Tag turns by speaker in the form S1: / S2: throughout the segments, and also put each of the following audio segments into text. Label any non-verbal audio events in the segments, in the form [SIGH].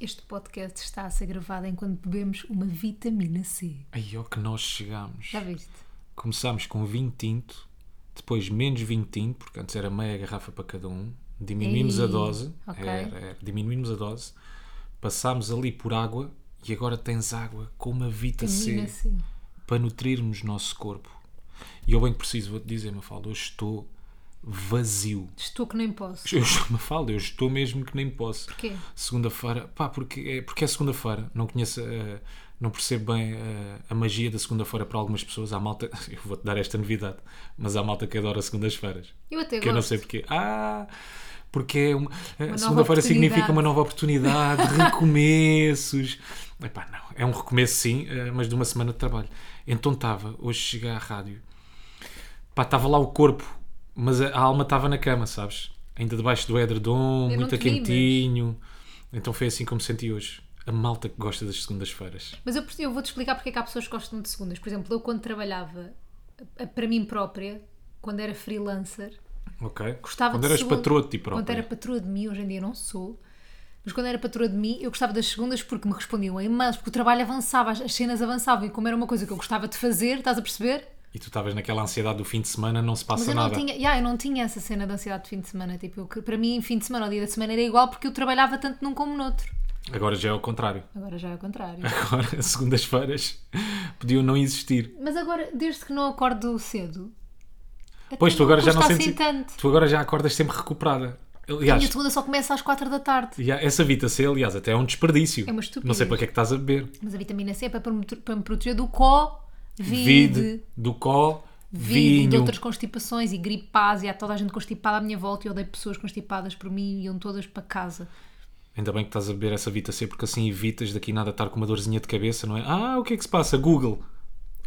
S1: Este podcast está a ser gravado enquanto bebemos uma vitamina C.
S2: Aí ó que nós chegámos.
S1: Já viste?
S2: Começámos com vinho tinto, depois menos vinho tinto, porque antes era meia garrafa para cada um. Diminuímos
S1: Ei,
S2: a dose.
S1: ok.
S2: Era, era. diminuímos a dose. Passámos ali por água e agora tens água com uma Vita
S1: Vitamina
S2: C
S1: C.
S2: para nutrirmos o nosso corpo. E eu bem que preciso, vou-te dizer, Mafalda, hoje estou vazio.
S1: Estou que nem posso.
S2: Eu estou, [LAUGHS] Mafalda, eu estou mesmo que nem posso.
S1: Porquê?
S2: Segunda-feira, pá, porque é, porque é segunda-feira, não conheço, eh, não percebo bem eh, a magia da segunda-feira para algumas pessoas. Há malta, [LAUGHS] eu vou-te dar esta novidade, mas há malta que adora segundas-feiras.
S1: Eu até
S2: Que eu não
S1: gosto.
S2: sei porquê. Ah, porque é uma, eh,
S1: nova
S2: segunda-feira significa
S1: oportunidade.
S2: uma nova oportunidade,
S1: [LAUGHS]
S2: recomeços. Epá, não, é um recomeço sim, eh, mas de uma semana de trabalho. Então estava, hoje cheguei à rádio, pá, estava lá o corpo, mas a, a alma estava na cama, sabes? Ainda debaixo do edredom,
S1: não te
S2: muito
S1: vi, mas-
S2: quentinho. Então foi assim como senti hoje. A malta que gosta das segundas-feiras.
S1: Mas eu, eu vou-te explicar porque é que há pessoas que gostam de segundas. Por exemplo, eu quando trabalhava a- para mim própria, quando era freelancer,
S2: Ok?
S1: gostava
S2: Quando
S1: de
S2: eras
S1: segunda-
S2: patroa de ti próprio.
S1: Quando era patroa de mim, hoje em dia não sou. Mas quando era patroa de mim, eu gostava das segundas porque me respondiam em mails, porque o trabalho avançava, as as cenas avançavam e como era uma coisa que eu gostava de fazer, estás a perceber?
S2: E tu estavas naquela ansiedade do fim de semana, não se passa
S1: Mas eu não,
S2: nada.
S1: tinha, yeah, eu não tinha essa cena de ansiedade de fim de semana. Tipo, eu que- para mim, fim de semana ou dia da semana era igual porque eu trabalhava tanto num como noutro.
S2: Agora já é ao contrário.
S1: Agora já é o
S2: [LAUGHS]
S1: contrário.
S2: agora, segundas-feiras, podiam não existir.
S1: Mas agora, desde que não acordo cedo. até
S2: Pois tu agora já não
S1: custa
S2: sentes.
S1: assim tanto.
S2: Tu agora já acordas sempre recuperada.
S1: A minha
S2: Aliás,
S1: segunda só começa às 4 da tarde.
S2: e há- essa Vita C, aliás, até é um desperdício.
S1: É uma estupidez.
S2: Não sei para que é que estás a beber.
S1: Mas a vitamina C é para, me- para me proteger do COVID.
S2: Vide, do col,
S1: Vide,
S2: vinho.
S1: de outras constipações e gripaz, e há toda a gente constipada à minha volta e eu odeio pessoas constipadas por mim e iam todas para casa.
S2: Ainda bem que estás a beber essa Vita C, porque assim evitas daqui nada estar com uma dorzinha de cabeça, não é? Ah, o que é que se passa? Google.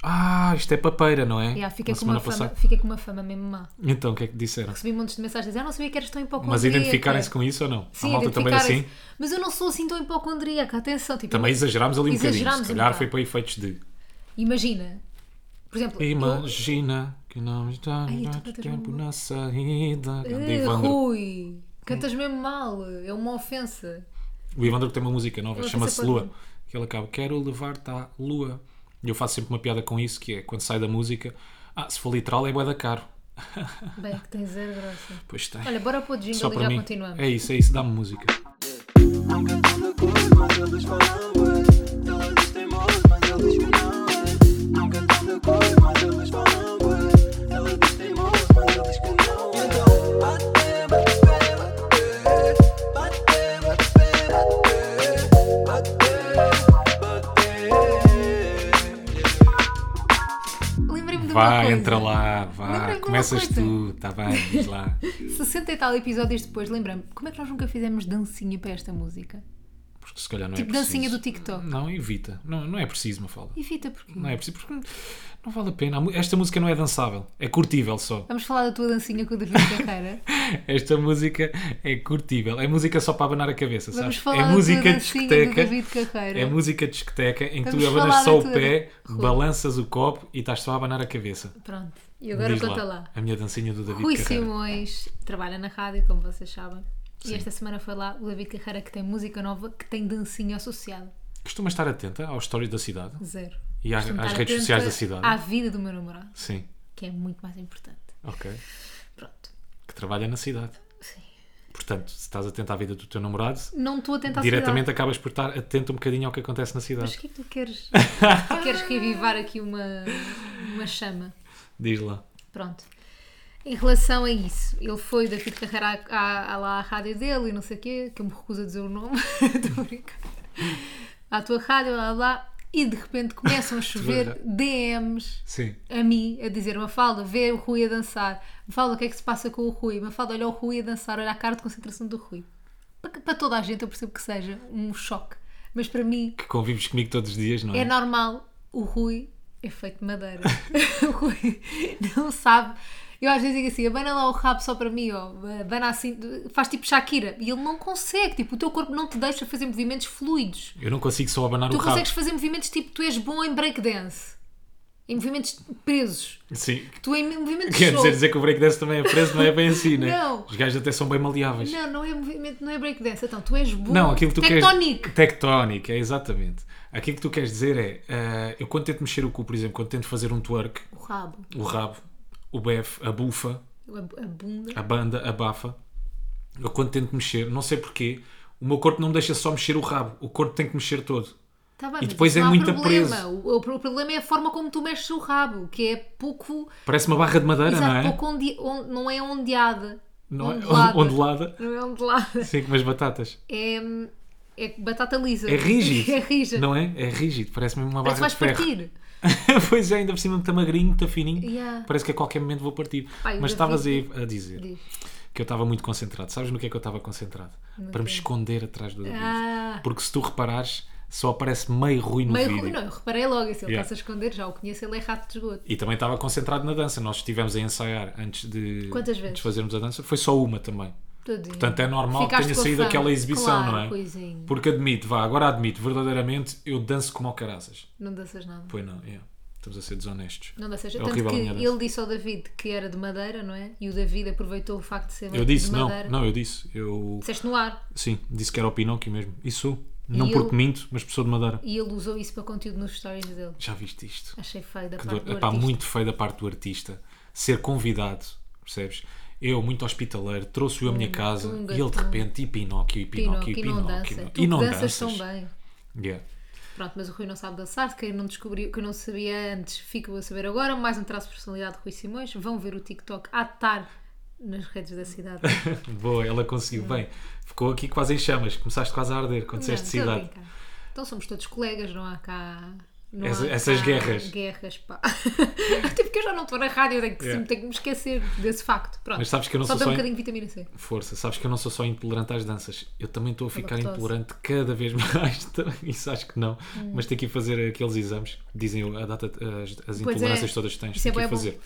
S2: Ah, isto é papeira, não é?
S1: Yeah, ah, fiquei,
S2: Na
S1: com uma
S2: semana
S1: fama,
S2: passada.
S1: fiquei com uma fama mesmo má.
S2: Então, o que é que disseram?
S1: Recebi montes de mensagens, eu não sabia que eras tão hipocondríaca.
S2: Mas identificarem-se com isso ou não? a
S1: é- Sim,
S2: malta também é
S1: identificarem-se.
S2: assim?
S1: Mas eu não sou assim tão hipocondríaca, atenção. Tipo,
S2: Também exagerámos ali um bocadinho.
S1: Exagerámos
S2: Se
S1: um
S2: calhar
S1: bocado.
S2: foi para efeitos de.
S1: Imagina, por exemplo, eu-
S2: Imagina que não está
S1: Ai,
S2: muito
S1: tu cantas
S2: tempo
S1: mesmo mal.
S2: na saída. Grande
S1: Eh,
S2: Ivandro.
S1: Rui, cantas mesmo mal, é uma ofensa.
S2: O Ivandro tem uma música nova,
S1: Eu
S2: chama-se
S1: pensei para
S2: Lua. Que ele acaba, quero levar-te à lua. E eu faço sempre uma piada com isso, que é quando sai da música, ah, se for literal é bué da caro.
S1: Bem, que tem zero graça.
S2: Pois tem.
S1: Olha, bora para o
S2: Só
S1: jingle e
S2: para
S1: já
S2: mim.
S1: continuamos.
S2: É isso, é isso, dá-me música.
S3: Nunca tanta coisa, mas eles falam bué. Ela diz teimoso, mas ele diz que não é. Nunca tanta coisa, mas eles falam bué. Ela diz teimoso, mas ele diz que não é. Então, bate, bate, bate, bate. Bate, bate, bate, bate.
S1: Lembrei-me de uma
S2: Vá,
S1: coisa.
S2: entra lá, vá.
S1: Lembrei-me de uma
S2: Começas
S1: coisa.
S2: tu, tá bem, diz lá.
S1: 60 e tal episódios depois, lembra-me, como é que nós nunca fizemos dancinha para esta música?
S2: Porque se calhar não é
S1: Tipo
S2: preciso.
S1: dancinha do TikTok.
S2: Não, evita. Não, não é preciso, uma fala.
S1: Evita, porque
S2: Não é preciso, porque não vale a pena. Esta música não é dançável, é curtível só.
S1: vamos falar da tua dancinha com o David
S2: [LAUGHS]
S1: Carreira.
S2: Esta música é curtível. É música só para abanar a cabeça,
S1: Vamos
S2: sabes?
S1: falar
S2: é
S1: da
S2: música
S1: tua
S2: de
S1: dancinha do
S2: discoteca.
S1: David Carreira.
S2: É música de discoteca em que
S1: Vamos
S2: tu abanas
S1: falar
S2: só
S1: da
S2: o
S1: tua-
S2: pé,
S1: Rui.
S2: balanças o copo e estás só a abanar a cabeça.
S1: Pronto, e agora
S2: Diz
S1: conta lá.
S2: lá. A minha dancinha do David
S1: Rui
S2: Carreira.
S1: Simões trabalha na rádio, como vocês sabem. E esta semana foi lá o David Carreira que tem música nova, que tem dancinha associada.
S2: Costumas estar atenta aos stories da cidade
S1: Zero.
S2: e às,
S1: Costumo
S2: às
S1: estar
S2: redes
S1: atenta
S2: sociais da cidade?
S1: À vida do meu namorado,
S2: Sim,
S1: que é muito mais importante.
S2: ok.
S1: Pronto.
S2: Que trabalha na cidade.
S1: Sim.
S2: Portanto, se estás atenta à vida do teu namorado,
S1: Não estou a tentar
S2: diretamente acabas por estar atenta um bocadinho ao que acontece na cidade.
S1: Mas o que é que tu queres?
S2: [LAUGHS]
S1: Tu queres reavivar aqui uma, uma chama?
S2: Diz lá.
S1: Pronto. Em relação a isso, ele foi da Fito Carreira à, à- à lá à rádio dele e não sei o quê, que eu me recuso a dizer o nome, [LAUGHS] estou a brincar. À tua rádio, lá, lá, lá, e de repente começam a chover DMs
S2: Sim.
S1: a mim, a dizer Mafalda, vê o Rui a dançar, Mafalda, o que é que se passa com o Rui? Mafalda, olha o Rui a dançar, olha a cara de concentração do Rui. Para, para toda a gente eu percebo que seja um choque, mas para mim
S2: Que convives comigo todos os dias, não
S1: é normal, o Rui é feito de madeira. [LAUGHS] o Rui não sabe. Eu às vezes digo assim, abana lá o rabo só para mim, ó, abana assim, faz tipo Shakira. E ele não consegue, tipo, o teu corpo não te deixa fazer movimentos fluidos.
S2: Eu não consigo só abanar
S1: Tu
S2: o rabo.
S1: consegues fazer movimentos tipo, tu és bom em breakdance. em movimentos presos.
S2: Sim.
S1: Tu em movimentos
S2: Quer dizer,
S1: soltos.
S2: dizer que o breakdance também é preso, não é bem assim, né?
S1: Não.
S2: Os gajos até são bem maleáveis.
S1: Não, não é movimento, não é breakdance. Então, tu és burro.
S2: Não, aquilo que tu
S1: Tectonic.
S2: queres. Tectónico, é exatamente. Aquilo que tu queres dizer é. ah, eu quando tento mexer o cu, por exemplo, quando tento fazer um twerk,
S1: O rabo,
S2: o rabo, o bef, a bufa,
S1: a, a bunda.
S2: a banda, a bafa, eu quando tento mexer, não sei porquê, o meu corpo não me deixa só mexer o rabo, o corpo tem que mexer todo.
S1: Tá bem,
S2: E
S1: mas
S2: depois
S1: isso
S2: é
S1: não há
S2: muito
S1: problema.
S2: preso.
S1: O, o- o problema é a forma como tu mexes o rabo, que é pouco.
S2: Parece uma barra de madeira,
S1: exato,
S2: não é?
S1: pouco ondi, on- não é ondeada.
S2: Não é?
S1: ondulada.
S2: [LAUGHS] Ondulada.
S1: Não é ondeada.
S2: Sim, com as batatas.
S1: É, é batata lisa.
S2: É
S1: [LAUGHS]
S2: rígido.
S1: É rija.
S2: Não é? É rígido, parece mesmo uma
S1: Parece que
S2: barra
S1: vais
S2: de ferro.
S1: partir.
S2: [LAUGHS] pois é, ainda por cima está magrinho, está fininho.
S1: Yeah.
S2: Parece que a qualquer momento vou partir.
S1: Pá, e o
S2: Mas
S1: David-
S2: estavas aí a dizer
S1: Diz.
S2: que eu estava muito concentrado. Sabes no que é que eu estava concentrado? Para me esconder atrás do David.
S1: Ah,
S2: Porque se tu reparares, só aparece meio ruim no
S1: meio
S2: vídeo.
S1: ruim, não, eu reparei logo. Assim, ele
S2: Yeah.
S1: está-se a esconder, já o conheço, ele é rato de esgoto.
S2: E também estava concentrado na dança. Nós estivemos a ensaiar antes de,
S1: Quantas vezes?
S2: antes de fazermos a dança. Foi só uma também.
S1: Tadinho.
S2: Portanto, é normal
S1: Ficaste
S2: que
S1: com a
S2: tenha saído
S1: fama.
S2: aquela exibição,
S1: Claro,
S2: não é?
S1: coisinho.
S2: Porque admito, vá, agora admito, verdadeiramente, eu danço como ao caraças.
S1: Não danças nada.
S2: Pois não, é. Estamos a ser desonestos.
S1: Não danças.
S2: É
S1: Tanto
S2: horrível a
S1: que
S2: minha dança.
S1: ele disse ao David que era de madeira, não é? E o David aproveitou o facto de ser
S2: Eu disse,
S1: de
S2: não,
S1: madeira.
S2: não, eu disse. Eu,
S1: Disseste no ar.
S2: sim, disse que era o Pinóquio mesmo. Isso, não
S1: E
S2: porque
S1: eu-
S2: minto, mas pessoa de Madeira.
S1: E ele usou isso para conteúdo nos stories dele.
S2: Já viste isto?
S1: Achei feio da
S2: Que
S1: parte
S2: dor.
S1: do
S2: Epá,
S1: artista.
S2: muito feio da parte do artista ser convidado, percebes? Eu, muito hospitaleiro, trouxe-o à minha casa
S1: Hum, tunga,
S2: e ele de
S1: tunga.
S2: repente, e Pinóquio, e Pinóquio,
S1: Pinóquio,
S2: e
S1: não
S2: Pinóquio.
S1: dança. Tu
S2: E
S1: que
S2: não
S1: danças
S2: danças.
S1: tão bem.
S2: Yeah. [LAUGHS]
S1: Pronto, mas o Rui não sabe dançar. Quem não descobriu, quem não sabia antes, fica a saber agora. Mais um traço de personalidade de Rui Simões. Vão ver o TikTok a atar nas redes da
S2: [LAUGHS]
S1: cidade.
S2: Boa, ela conseguiu. Bem, ficou aqui quase em chamas. Começaste quase a arder quando disseste
S1: Hum. Não, estou a
S2: cidade.
S1: brincar. Então somos todos colegas, não há cá. Não
S2: Essa-
S1: há
S2: essas
S1: cá
S2: guerras.
S1: Guerras, pá. [LAUGHS] Até porque eu já não estou na rádio, eu tenho que,
S2: Yeah.
S1: sempre tenho que me esquecer desse facto. Pronto.
S2: Mas sabes que eu não
S1: só
S2: sou
S1: dou
S2: só
S1: um
S2: in-
S1: bocadinho de vitamina C.
S2: Força, sabes que eu não sou só intolerante às danças. Eu também estou a ficar
S1: É lactose. Hum.
S2: intolerante cada vez [LAUGHS] mais. Isso acho que não. Mas tenho que ir fazer aqueles exames que dizem a data, as, as
S1: Pois
S2: intolerâncias
S1: é.
S2: todas que tens.
S1: Isso é bué
S2: tenho que ir
S1: bom.
S2: fazer.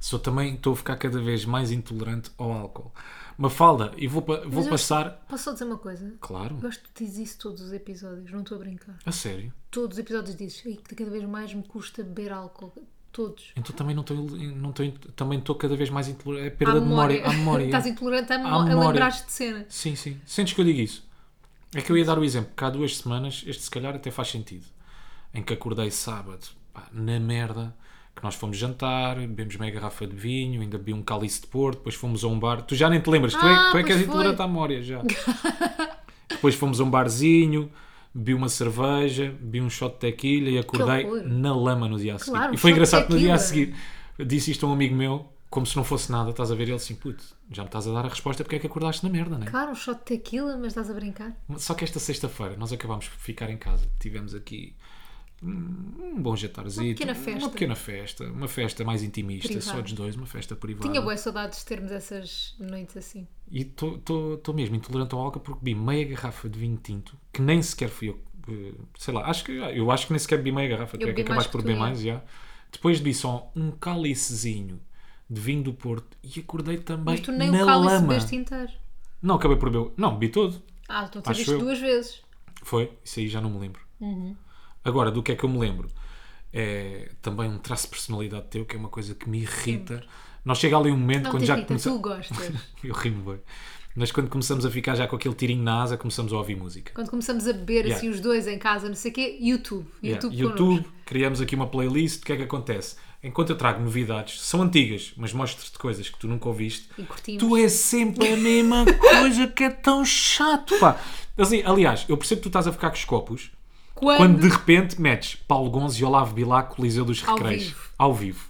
S2: Só também estou a ficar cada vez mais intolerante ao álcool. Mafalda, e vou, pa- vou
S1: eu-
S2: passar.
S1: Posso só dizer uma coisa?
S2: Claro,
S1: Gosto de dizer isso todos os episódios, não estou a brincar.
S2: a sério.
S1: Todos os episódios dizes "Ei, que cada vez mais me custa beber álcool. Todos.
S2: Então também não estou, não estou, também estou cada vez mais intolerante. É perda de memória. À memória.
S1: [LAUGHS] Estás intolerante a,
S2: À memória.
S1: lembrar te de cena.
S2: Sim, sim. Sentes que eu digo isso? É que eu ia dar o exemplo, que há duas semanas, este se calhar até faz sentido, em que acordei sábado, pá, na merda, que nós fomos jantar, bebemos meia garrafa de vinho, ainda bebi um cálice de porto, depois fomos a um bar. Tu já nem te lembras, tu é,
S1: Ah,
S2: tu é que
S1: pois
S2: és
S1: foi.
S2: intolerante à memória já.
S1: [LAUGHS]
S2: depois fomos a um barzinho, bebi uma cerveja, bebi um shot de tequila e acordei
S1: horror.
S2: na lama no dia a seguir.
S1: Claro, um
S2: e foi
S1: shot de
S2: engraçado que no dia a
S1: tequila.
S2: seguir disse isto a um amigo meu, como se não fosse nada, estás a ver ele assim, puto, já me estás a dar a resposta porque é que acordaste na merda, né?
S1: Claro, um shot de tequila, mas estás a brincar.
S2: Só que esta sexta-feira nós acabámos por ficar em casa. Tivemos aqui um bom jantarzinho.
S1: Uma pequena festa.
S2: Uma pequena festa, uma festa mais intimista,
S1: Privada.
S2: só dos dois, uma festa privada.
S1: Tinha boas saudades de termos essas noites assim.
S2: E estou mesmo intolerante ao álcool porque bebi meia garrafa de vinho tinto, que nem sequer fui eu. eh, Sei lá, acho que, eu acho que nem sequer bebi meia garrafa, tu
S1: Eu
S2: é que
S1: bebi mais
S2: acabaste
S1: que
S2: por
S1: tu,
S2: beber
S1: é.
S2: mais, já. Depois bebi só um cálicezinho de vinho do Porto e acordei também
S1: Mas tu nem
S2: na
S1: o cálice
S2: lama.
S1: bebeste inteiro.
S2: Não, acabei por beber. Não, bebi todo.
S1: Ah, então tu
S2: Acho
S1: viste
S2: eu.
S1: duas vezes.
S2: Foi, isso aí já não me lembro.
S1: Uhum.
S2: Agora, do que é que eu me lembro? É também um traço de personalidade teu, que é uma coisa que me irrita. Nós chega ali um momento
S1: Não
S2: quando
S1: te
S2: já
S1: irrita,
S2: começa-
S1: tu gostas.
S2: Eu rimo bem. Mas quando começamos a ficar já com aquele tirinho na asa, começamos a ouvir música.
S1: Quando começamos a beber
S2: [LAUGHS] Yeah.
S1: assim os dois em casa, não sei o quê, YouTube.
S2: Yeah,
S1: YouTube,
S2: YouTube,
S1: connosco.
S2: criamos aqui uma playlist, o que é que acontece? Enquanto eu trago novidades, são antigas, mas mostro-te coisas que tu nunca ouviste,
S1: E curtimos.
S2: Tu és sempre
S1: [LAUGHS]
S2: a mesma coisa que é tão chato, pá. Assim, aliás, eu percebo que tu estás a ficar com os copos
S1: Quando-
S2: quando, de repente metes Paulo Gonzo e Olavo Bilac Coliseu dos
S1: Ao
S2: Recreios.
S1: vivo.
S2: Ao vivo.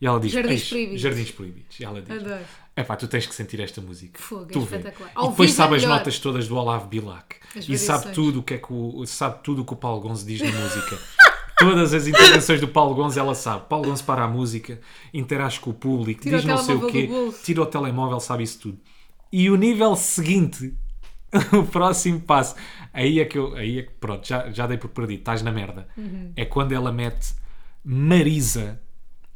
S2: E ela diz:
S1: Jardins
S2: "Eis,
S1: Proibidos."
S2: Jardins Proibidos. E ela diz:
S1: Adoro.
S2: É pá, tu tens que sentir esta música.
S1: Fogo, é
S2: tu vê.
S1: espetacular.
S2: E
S1: Ao
S2: depois
S1: vivo é
S2: sabe as
S1: melhor.
S2: notas todas do Olavo Bilac.
S1: As
S2: E sabe
S1: variações.
S2: tudo o que é que o, sabe tudo o que o Paulo Gonzo diz na música. [LAUGHS] Todas as intervenções do Paulo Gonzo ela sabe. Paulo Gonzo para a música, interage com o público,
S1: Tira
S2: diz
S1: o
S2: não sei o
S1: telemóvel
S2: quê,
S1: do bolso.
S2: tira o telemóvel, sabe isso tudo. E o nível seguinte, [LAUGHS] o próximo passo, aí é que eu, aí é que, pronto, já, já dei por perdido, estás na merda.
S1: Uhum.
S2: É quando ela mete Marisa,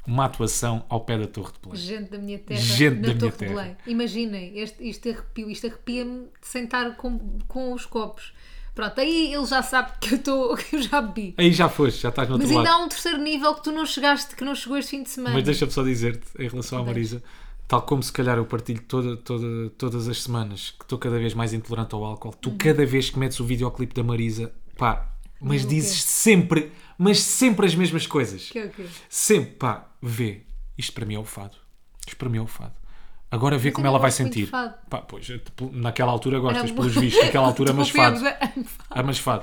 S2: uma atuação ao pé da Torre de Play.
S1: Gente da minha terra,
S2: Gente
S1: na
S2: da minha
S1: Torre de Belém. Imaginem, este, isto arrepio, isto arrepia-me de sentar com, com os copos. Pronto, aí ele já sabe que eu, tô, [LAUGHS] que eu já bebi.
S2: Aí já foste, já estás no outro
S1: Mas então, hum. ainda
S2: lado.
S1: há um terceiro nível que tu não chegaste, que não chegou este fim de semana.
S2: Mas deixa-me só dizer-te, em relação à
S1: Deixa.
S2: Marisa, tal como se calhar eu partilho toda, toda- todas as semanas, que estou cada vez mais intolerante ao álcool,
S1: Uhum.
S2: tu cada vez que metes o videoclipe da Marisa, pá, mas
S1: o quê?
S2: dizes sempre, mas sempre as mesmas coisas.
S1: Que é o quê?
S2: Sempre, pá, vê. Isto para mim é o fado. Isto para mim é o fado. Agora vê
S1: Mas
S2: como
S1: eu não
S2: ela vai
S1: gosto muito de
S2: sentir.
S1: fado.
S2: Pá, pois, eu, tipo, naquela altura gostas,
S1: Era
S2: pelos
S1: bom. né?
S2: vistos,
S1: [LAUGHS]
S2: naquela altura
S1: Estou
S2: amas fado.
S1: bêbada.
S2: Amas fado.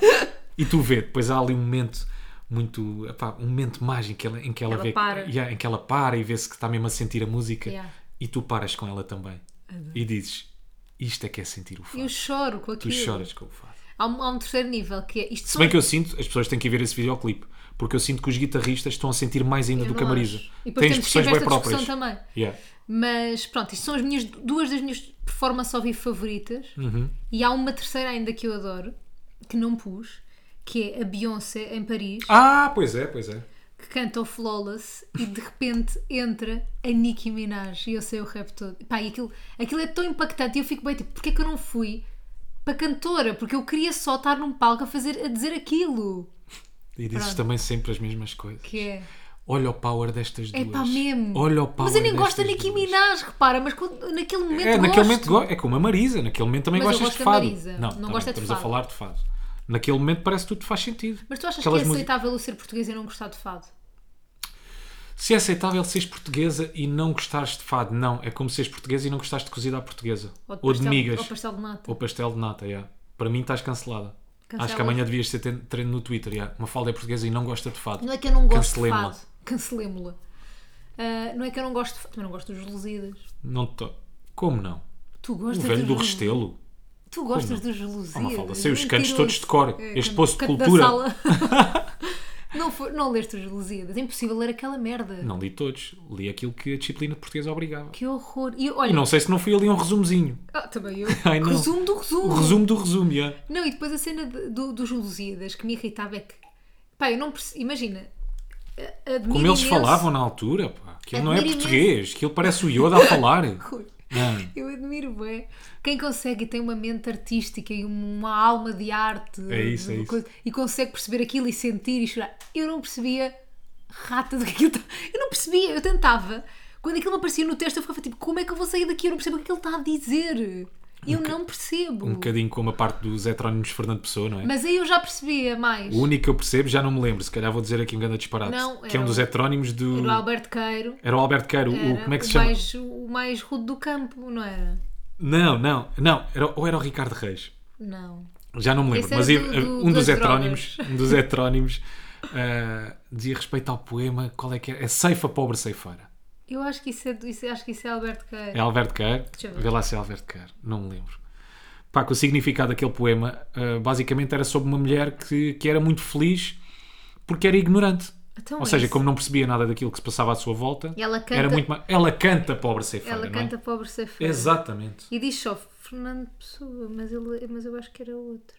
S2: E tu vê, depois há ali um momento muito, epá, um momento mágico em que ela, em que ela,
S1: Ela
S2: vê,
S1: para.
S2: Yeah, em que ela para e vê-se que está mesmo a sentir a música
S1: Yeah.
S2: e tu paras com ela também. E dizes, isto é que é sentir o fado.
S1: Eu choro com
S2: Tu
S1: aquilo.
S2: choras com o fado.
S1: Há um, há um terceiro nível que é isto.
S2: Se
S1: são-
S2: bem que eu sinto, as pessoas têm que ir ver esse videoclipe, porque eu sinto que os guitarristas estão a sentir mais ainda
S1: eu
S2: do
S1: não
S2: que a Marisa.
S1: acho. É E depois temos que
S2: expressões
S1: ter esta
S2: bué
S1: discussão também.
S2: Yeah.
S1: Mas pronto, isto são as minhas, duas das minhas performances ao vivo favoritas.
S2: Uhum.
S1: E há uma terceira ainda que eu adoro, que não pus, que é a Beyoncé em Paris,
S2: Ah, pois é, pois é.
S1: que canta o Flawless e de repente entra a Nicki Minaj e eu sei o rap todo. Pá, e aquilo, aquilo é tão impactante e eu fico bem tipo, porquê que eu não fui para cantora? Porque eu queria só estar num palco a, fazer, a dizer aquilo.
S2: E dizes
S1: Pronto.
S2: também sempre as mesmas coisas.
S1: Que é.
S2: Olha o power destas duas.
S1: É pá mesmo.
S2: Olha o power
S1: mas eu nem gosto da
S2: destas
S1: Nicki
S2: duas.
S1: Minaj, repara, mas quando- naquele momento
S2: É,
S1: gosto.
S2: naquele momento go- é como a Marisa, naquele momento também
S1: Mas eu
S2: gostas
S1: gosto
S2: de
S1: da
S2: fado.
S1: Marisa, não
S2: também
S1: gosto é de
S2: estamos a
S1: fado.
S2: falar de fado. Naquele momento parece que tudo faz sentido.
S1: Mas tu achas
S2: Aquelas
S1: que é
S2: músicas-
S1: aceitável eu ser português e não gostar de fado?
S2: Se é aceitável seres portuguesa e não gostares de fado, não. É como seres portuguesa e não gostares de cozida à portuguesa. Ou de,
S1: pastel-
S2: migas.
S1: Ou pastel de nata.
S2: Ou pastel de nata, yeah. Para mim estás cancelada.
S1: Cancela.
S2: Acho que amanhã devias ser ten- trend no Twitter, yeah. Uma falda é portuguesa e não gosta de fado.
S1: Não é que eu não gosto
S2: Cancelemo-la.
S1: de fado. Cancelemo-la. Ah, não é que eu não gosto de fado. Também não gosto dos Lusíadas.
S2: Não te to- Como não?
S1: Tu
S2: O
S1: gostas
S2: velho
S1: dos
S2: do
S1: Lu-
S2: Restelo.
S1: Tu gostas
S2: Como
S1: dos Lusíadas.
S2: Ah, Mafalda, sei os
S1: Mentiroso. É,
S2: cantos todos de cor. Este
S1: canto-
S2: poço de
S1: canto da
S2: cultura. [LAUGHS]
S1: sala. não, foi, não leste os Lusíadas. É impossível ler aquela merda.
S2: Não li todos. Li aquilo que a disciplina portuguesa obrigava.
S1: Que horror. E eu- olha,
S2: E não sei se não fui ali um resumozinho.
S1: Ah, também eu.
S2: [LAUGHS] Ai, não.
S1: resumo do resumo.
S2: O resumo do resumo, yeah.
S1: Não, e depois a cena de- do, dos Lusíadas que me irritava é que. Pá, eu não percebo. Imagina. a- admiro
S2: Como eles
S1: imenso-
S2: falavam na altura, pá. Aquilo não é
S1: Admiro
S2: português. Aquilo parece o
S1: [LAUGHS]
S2: Yoda a falar. Ah.
S1: Eu admiro bem. Quem consegue e tem uma mente artística e uma alma de arte
S2: É isso, é
S1: de
S2: isso.
S1: coisa, e consegue perceber aquilo e sentir e chorar. Eu não percebia rata do que aquilo tá- Eu não percebia, eu tentava. Quando aquilo me aparecia no texto, eu ficava tipo, como é que eu vou sair daqui? Eu não percebo o que ele está a dizer. Eu não percebo.
S2: Um bocadinho como a parte dos heterónimos de Fernando Pessoa, não é?
S1: Mas aí eu já percebia mais.
S2: O único que eu percebo, já não me lembro, se calhar vou dizer aqui um grande disparate.
S1: Não,
S2: que é um
S1: era
S2: dos
S1: o-
S2: heterónimos do.
S1: Era o Alberto Queiro.
S2: Era o Alberto Queiro, o,
S1: Era
S2: como é que se
S1: o
S2: chama?
S1: Mais, o mais rude do campo, não era?
S2: Não, não, não, era, ou era o Ricardo Reis.
S1: Não.
S2: Já não me lembro,
S1: Esse
S2: mas
S1: era
S2: eu-
S1: do- do-
S2: um, dos
S1: das
S2: heterónimos, um dos heterónimos ah, dizia respeito ao poema, qual é que é? É Ceifa Pobre Ceifeira.
S1: Eu acho que isso é, isso- acho que isso é Alberto
S2: É
S1: Queiro.
S2: Alberto Queiro?
S1: eu ver.
S2: Vê lá se é Alberto Queiro, não me lembro. Pá, que o significado daquele poema ah, basicamente era sobre uma mulher que, que era muito feliz porque era ignorante.
S1: Então
S2: Ou
S1: é
S2: seja,
S1: isso.
S2: como não percebia nada daquilo que se passava à sua volta,
S1: E ela canta-
S2: era muito ma- ela canta pobre ceifeira,
S1: Ela
S2: não é?
S1: canta Pobre Ceifeira.
S2: Exatamente.
S1: E diz só Fernando Pessoa, mas, ele, mas eu acho que era outro.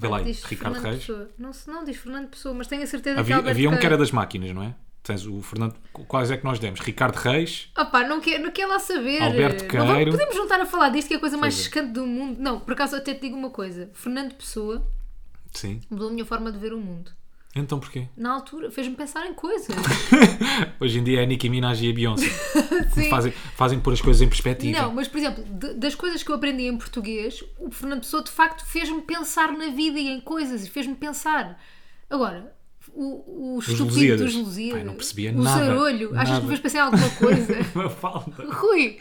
S2: Vê lá aí,
S1: Diz
S2: Ricardo
S1: Fernando
S2: Reis.
S1: Pessoa. Não, se- não diz Fernando Pessoa, mas tenho a certeza
S2: Havia,
S1: que é
S2: havia um que era das máquinas, não é? Tens o Fernando. Quais é que nós demos? Ricardo Reis.
S1: Opa, não quer, não quer lá saber.
S2: Alberto
S1: Não vamos-
S2: Queiro.
S1: podemos juntar a falar disto, que é a coisa mais
S2: Pois é.
S1: chocante do mundo. Não, por acaso até te digo uma coisa. Fernando Pessoa
S2: Sim.
S1: mudou a minha forma de ver o mundo.
S2: Então porquê?
S1: Na altura, fez-me pensar em coisas.
S2: Hoje em dia é a Nicki Minaj e a Beyoncé.
S1: [LAUGHS]
S2: que
S1: Sim.
S2: fazem, fazem pôr as coisas em perspectiva. [LAUGHS]
S1: Não, mas por exemplo, de- das coisas que eu aprendi em português, o Fernando Pessoa de facto fez-me pensar na vida e em coisas e fez-me pensar. Agora, o, o estúpido
S2: Lusíadas.
S1: dos Lusíadas,
S2: Pai, não percebia
S1: o
S2: nada,
S1: Zarolho, achas
S2: nada.
S1: que me fez pensar em alguma coisa?
S2: [LAUGHS] Falta.
S1: Rui,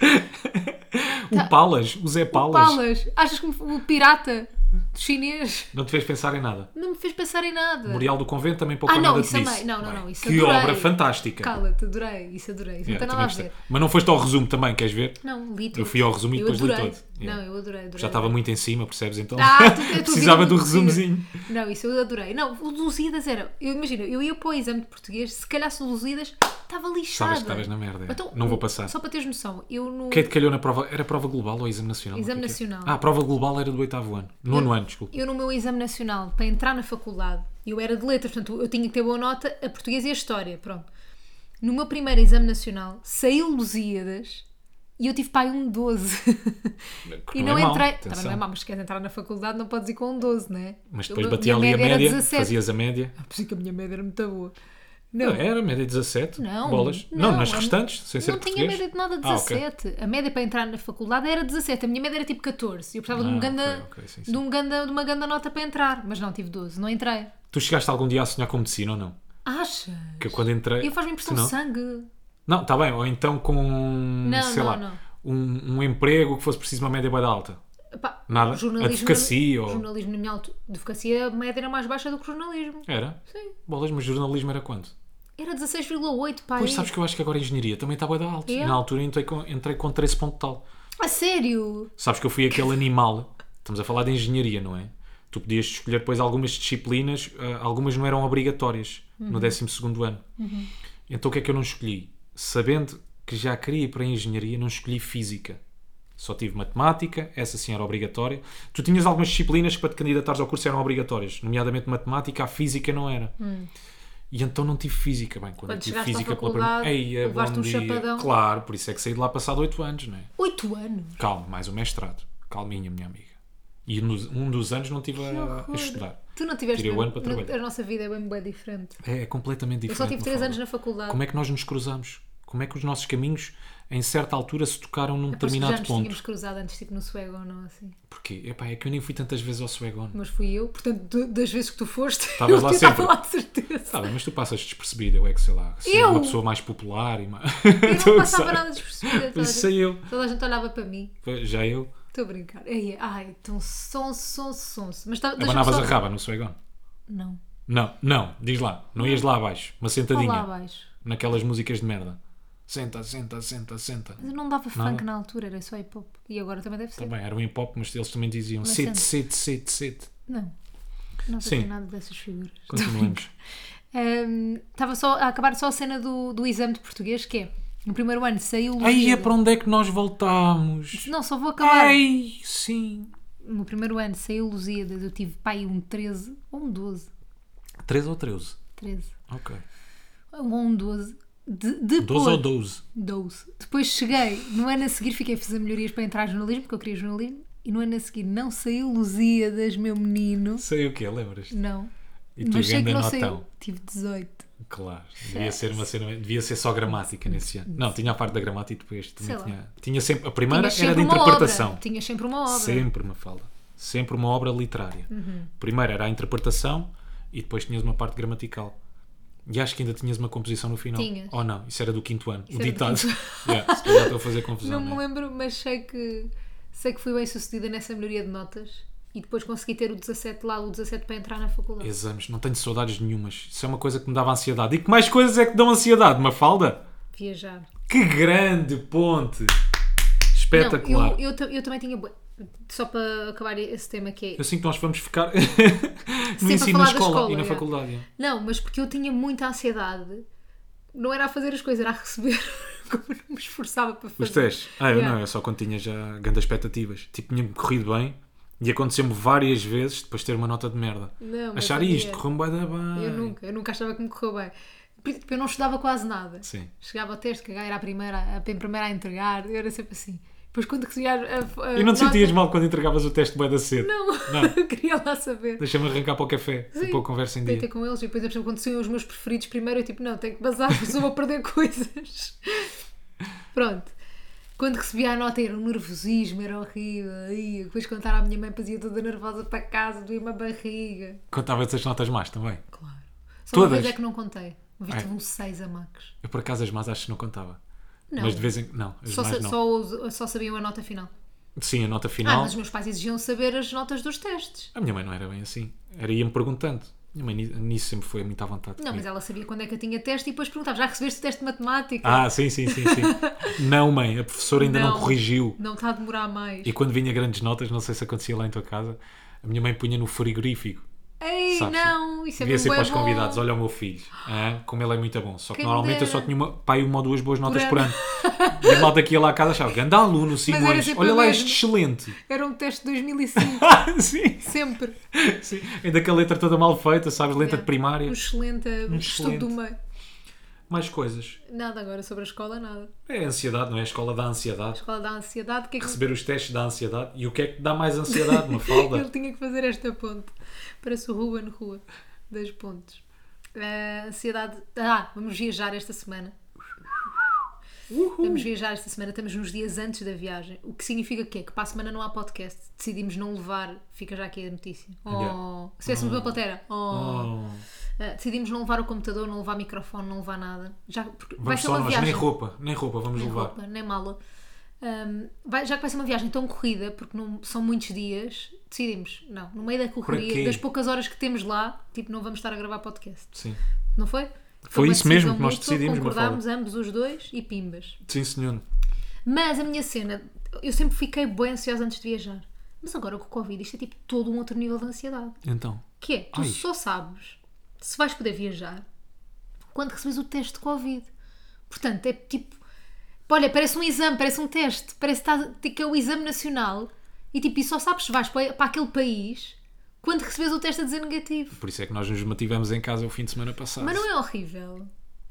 S2: O Palas, o Zé Palas.
S1: Tá. Palas, achas que me, o pirata chinês
S2: Não te fez pensar em nada.
S1: não me fez pensar em nada?
S2: Memorial do Convento também pouco
S1: ah,
S2: ou
S1: não,
S2: nada
S1: isso
S2: te disse.
S1: amei. Não, não,
S2: Bem,
S1: não, isso
S2: que
S1: adorei.
S2: obra fantástica.
S1: Cala-te, adorei, isso adorei, isso
S2: Yeah,
S1: não tem nada a
S2: também
S1: ver.
S2: gostei. Mas não foste ao resumo também, queres ver?
S1: Não, li tudo.
S2: Eu fui ao resumo e
S1: Eu
S2: depois li
S1: adorei.
S2: todo. Yeah.
S1: Não, eu adorei, adorei.
S2: Já estava muito em cima, percebes? Então [LAUGHS]
S1: Ah, tu- tu- tu
S2: precisava
S1: vida
S2: do
S1: muito
S2: resumozinho.
S1: seguida. Não, isso eu adorei. Não, o Lusíadas era. Eu imagino, eu ia para o exame de português, se calhasse o Lusíadas, estava lixado. Então,
S2: Sabes que estavas na merda. é. não vou passar.
S1: Só para teres noção, eu no.
S2: Quem é te calhou na prova? Era prova global ou exame nacional?
S1: Exame
S2: O que é que era?
S1: nacional.
S2: Ah, a prova global era do oitavo ano. Nono ano, desculpa.
S1: Eu no meu exame nacional, para entrar na faculdade, eu era de letras, portanto eu tinha que ter boa nota a português e a história, pronto. No meu primeiro exame nacional, saiu Lusíadas E eu tive pai um
S2: [LAUGHS]
S1: 12.
S2: Que
S1: E não,
S2: é mau,
S1: entrei.
S2: atenção.
S1: Também não é mau, mas queres entrar na faculdade não podes ir com um 12, não é?
S2: Mas
S1: Eu-
S2: depois batia ali a
S1: era
S2: média,
S1: 17.
S2: fazias a média.
S1: Ah, Por isso que a minha média era muito boa.
S2: Não,
S1: Não,
S2: era média 17,
S1: Não,
S2: bolas. Não,
S1: não,
S2: nas
S1: eu-
S2: restantes, sem ser
S1: não tinha
S2: português.
S1: média de nada
S2: Ah, ok.
S1: 17. A média para entrar na faculdade era 17. A minha média era tipo 14. Eu precisava de, um
S2: Ah,
S1: ganda,
S2: ok, ok, sim,
S1: De,
S2: sim.
S1: um ganda, de uma ganda nota para entrar. Mas não, tive 12. Não entrei.
S2: Tu chegaste algum dia a sonhar com medicina ou não?
S1: Acha?
S2: Que eu quando entrei...
S1: Eu faz-me impressão
S2: Tu
S1: de
S2: não?
S1: sangue.
S2: Não, está bem, ou então com, sei
S1: não,
S2: lá,
S1: não.
S2: Um, um emprego que fosse preciso uma média bem alta.
S1: Epá,
S2: Nada?
S1: Jornalismo,
S2: Advocacia ou-
S1: Jornalismo na minha altura. Advocacia, a média era mais baixa do que jornalismo.
S2: Era?
S1: Sim.
S2: Bolas, mas jornalismo era quanto?
S1: Era 16,8, pá.
S2: Pois sabes que eu acho que agora a engenharia também está bem alta.
S1: É?
S2: Na altura entrei com, entrei com 13 ponto tal.
S1: A sério?
S2: Sabes que eu fui aquele animal. Estamos a falar de engenharia, não é? Tu podias escolher depois algumas disciplinas, ah, algumas não eram obrigatórias
S1: Uhum.
S2: no 12 ano. Então o que é que eu não escolhi? Sabendo que já queria ir para a engenharia, não escolhi física. Só tive matemática, essa sim era obrigatória. Tu tinhas algumas disciplinas que para te candidatares ao curso eram obrigatórias, nomeadamente matemática, a física não era. E então não tive física. Bem, quando,
S1: Hum. Quando
S2: eu tive
S1: chegaste à
S2: física pela primeira
S1: faculdade,
S2: Ei, é bom
S1: levaste um
S2: dia.
S1: chapadão.
S2: Claro, por isso é que saí de lá passado 8 anos, não é?
S1: 8 anos?
S2: Calma, mais um mestrado. Calminha, minha amiga. E no- um dos anos não estive a, a
S1: horror.
S2: estudar.
S1: Tu não tiveste.
S2: Tirei o ano para
S1: não-
S2: trabalhar.
S1: A nossa vida é bem, bem diferente.
S2: É, é completamente
S1: Eu
S2: diferente.
S1: só tive 3
S2: Mafalda.
S1: anos na faculdade.
S2: Como é que nós nos cruzamos? Como é que os nossos caminhos, em certa altura, se tocaram num
S1: Aposto que já
S2: determinado
S1: nos
S2: ponto?
S1: tínhamos cruzado antes, tipo no Suego ou não, assim.
S2: Porquê? Epá, é que eu nem fui tantas vezes ao Suegon.
S1: Mas fui eu, portanto, de- das vezes que tu foste, [LAUGHS]
S2: Estavas lá
S1: eu
S2: sempre.
S1: estava lá de certeza.
S2: Tá bem, mas tu passas despercebida, eu é que sei lá, sou
S1: Eu?
S2: uma pessoa mais popular e mais. [LAUGHS]
S1: Eu não passava nada despercebida. Toda, a
S2: Isso sei
S1: gente-
S2: eu.
S1: toda a gente olhava para mim.
S2: Já eu.
S1: Estou a brincar. Ai, ai, tão sonso, sonso, sonso. Mas tá, deixa-me
S2: Abanavas
S1: só-
S2: a raba no Suegon.
S1: Não.
S2: Não, não, diz lá. Não ias lá abaixo. Uma sentadinha.
S1: Olá abaixo.
S2: Naquelas músicas de merda. Senta, senta, senta, senta.
S1: Mas eu não dava funk
S2: Nada?
S1: na altura, era só hip hop. E agora também deve ser.
S2: Também era um hip hop, mas eles também diziam
S1: Mas
S2: sit,
S1: sente. [LAUGHS]
S2: sit, sit, sit.
S1: Não. Não
S2: Sim.
S1: fazia nada dessas figuras.
S2: Continuemos.
S1: Hum, Estava só a acabar só a cena do, do exame de português, que é no primeiro ano saiu o
S2: Aí é
S1: Lusíada.
S2: para onde é que nós voltámos?
S1: Não, só vou acabar.
S2: Ai, sim.
S1: No primeiro ano saiu Lusíadas, eu tive pai um 13 ou um 12.
S2: 13 ou 13?
S1: 13.
S2: Ok.
S1: Ou um 12. De, depois,
S2: 12 ou 12?
S1: 12. Depois cheguei, no ano a seguir fiquei a fazer melhorias para entrar em jornalismo, porque eu queria jornalismo, e no ano a seguir não saiu Lusíadas, meu menino.
S2: Sei o que, lembras?
S1: Não.
S2: E tu
S1: Mas sei que
S2: ganda
S1: não
S2: notão.
S1: saiu. Tive 18.
S2: Claro. Devia ser, uma cena, devia ser só gramática nesse ano. Não, tinha a parte da gramática e depois
S1: Sei
S2: também
S1: lá.
S2: tinha. Tinha sempre. A primeira
S1: Tinhas
S2: era de
S1: sempre uma
S2: interpretação.
S1: Obra. Tinhas sempre uma obra. Uhum.
S2: Sempre uma fala. Sempre uma obra literária. Primeiro era a interpretação e depois tinhas uma parte gramatical. E acho que ainda tinhas uma composição no final.
S1: Tinhas.
S2: Ou não, isso era do quinto ano. o
S1: era do
S2: ditado.
S1: quinto
S2: [LAUGHS] Yeah, se calhar estou a fazer confusão.
S1: Não me
S2: né?
S1: lembro, mas sei que, sei que fui bem sucedida nessa melhoria de notas e depois consegui ter o 17 lá, o 17 para entrar na faculdade.
S2: Exames, não tenho saudades nenhumas. Isso é uma coisa que me dava ansiedade. E que mais coisas é que dão ansiedade, Mafalda?
S1: Viajar.
S2: Que grande ponte!
S1: Não,
S2: Espetacular.
S1: eu, eu, ta- eu também tinha. bué- Só para acabar esse tema que é.
S2: Eu sinto que nós vamos ficar [LAUGHS] no
S1: a
S2: ensino
S1: falar
S2: na
S1: da
S2: escola,
S1: escola,
S2: e na
S1: yeah.
S2: faculdade. yeah.
S1: Não, mas porque eu tinha muita ansiedade. Não era a fazer as coisas, era a receber. [LAUGHS] Como eu não me esforçava para fazer.
S2: Os testes? Ah, eu
S1: é. Yeah.
S2: não, eu só quando tinha já grandes expectativas. Tipo, tinha-me corrido bem e aconteceu-me várias vezes depois ter uma nota de merda.
S1: Não, mas
S2: Achar
S1: eu
S2: isto,
S1: tinha-
S2: correu-me bué da bem.
S1: Eu nunca, eu nunca achava que me correu bem. Tipo, eu não estudava quase nada.
S2: Sim.
S1: Chegava ao teste, cagar, era a primeira, a primeira a entregar, eu era sempre assim. Depois quando recebia a, a
S2: E não te
S1: nota-
S2: sentias mal quando entregavas o teste bué da cedo?
S1: Não,
S2: Não.
S1: eu [LAUGHS] queria lá saber.
S2: Deixa-me arrancar para o café e
S1: Sim.
S2: pôr a conversa em dia.
S1: Tentei com eles e depois, por exemplo, quando saíam os meus preferidos primeiro, eu tipo, não, tenho que bazar, [LAUGHS] porque senão vou perder coisas. Pronto. Quando recebia a nota era um nervosismo, era horrível. Ai, depois contar à minha mãe, fazia toda nervosa para casa, doía-me a barriga.
S2: Contava essas notas más também.
S1: Claro. Só uma
S2: Todas?
S1: vez é que não contei. Uma vez
S2: Ai.
S1: tive um 6 a Max.
S2: Eu por acaso as más acho que não contava.
S1: Não.
S2: Mas de vez em não, as
S1: Só,
S2: más
S1: sa-
S2: não.
S1: só, os- só sabiam a nota final.
S2: Sim, a nota
S1: Ah,
S2: final.
S1: mas os meus pais exigiam saber as notas dos testes.
S2: A minha mãe não era bem assim. Era ia-me perguntando. Minha mãe ni- nisso sempre foi muito à vontade.
S1: Não,
S2: comigo.
S1: mas ela sabia quando é que eu tinha teste e depois perguntava: já recebeste o teste de matemática?
S2: Ah, sim, sim, sim,
S1: [LAUGHS]
S2: sim. não, mãe, a professora ainda não
S1: Não.
S2: corrigiu.
S1: Não está a demorar mais.
S2: E quando vinha grandes notas, não sei se acontecia lá em tua casa, a minha mãe punha no frigorífico.
S1: Ei,
S2: Sabes,
S1: não, isso é
S2: Devia
S1: mesmo
S2: ser
S1: bué
S2: para os
S1: bom.
S2: convidados, olha o meu filho, hã? como ele é muito bom. Só que
S1: Quem
S2: normalmente eu só
S1: dera.
S2: tinha uma, pai uma ou duas boas notas por ano.
S1: ano.
S2: E a malta que ia lá à casa achava, grande aluno,
S1: era
S2: Simões,
S1: sempre
S2: olha
S1: o
S2: lá
S1: mesmo.
S2: este excelente.
S1: [LAUGHS]
S2: [LAUGHS]
S1: Era um teste de 2005,
S2: sim,
S1: sempre.
S2: [LAUGHS] sim. Ainda que a letra toda mal feita, sabes, letra
S1: Yeah.
S2: de primária.
S1: Um excelente, um estudo
S2: excelente.
S1: do meio.
S2: Mais coisas.
S1: Nada agora sobre a escola, nada.
S2: É a ansiedade, não é? A escola da
S1: A
S2: ansiedade.
S1: escola da ansiedade, o que é que
S2: Receber os testes da ansiedade. E o que é que dá mais ansiedade? Uma falda.
S1: [LAUGHS] Ele tinha que fazer esta ponte. Parece o Ruben Rua das pontes. A ansiedade. Ah, vamos viajar esta semana.
S2: Uh.
S1: Vamos viajar esta semana. Estamos nos dias antes da viagem. O que significa que é que para a semana não há podcast. Decidimos não levar. Fica já aqui a notícia. Oh,
S2: Yeah. Ah.
S1: Se tivéssemos uma plateia. Oh.
S2: Oh,
S1: Ah, decidimos não levar o computador, não levar microfone, não levar nada. Já, porque vai
S2: vamos
S1: ser
S2: só
S1: uma
S2: nós,
S1: viagem
S2: nem roupa, nem roupa vamos
S1: nem
S2: levar.
S1: roupa, nem mala. Hum, vai- já que vai ser uma viagem tão corrida, porque não, são muitos dias, decidimos, não, no meio da
S2: quê?
S1: correria, das poucas horas que temos lá, tipo, não vamos estar a gravar podcast.
S2: Sim.
S1: Não foi?
S2: Foi
S1: uma
S2: isso mesmo
S1: decisão
S2: que nós
S1: mútua,
S2: decidimos,
S1: Concordámos ambos os dois e pimbas.
S2: Sim, senhor.
S1: Mas a minha cena, eu sempre fiquei bem ansiosa antes de viajar. Mas agora com o Covid, isto é tipo todo um outro nível de ansiedade.
S2: Então.
S1: Que é, tu
S2: Ai.
S1: só sabes se vais poder viajar quando recebes o teste de Covid. Portanto, é tipo. Olha, parece um exame, parece um teste, parece que, estás- que é o exame nacional e tipo, e só sabes se vais para, para aquele país quando recebes o teste a dizer negativo.
S2: Por isso é que nós nos mantivemos em casa o fim de semana passado.
S1: Mas não é horrível.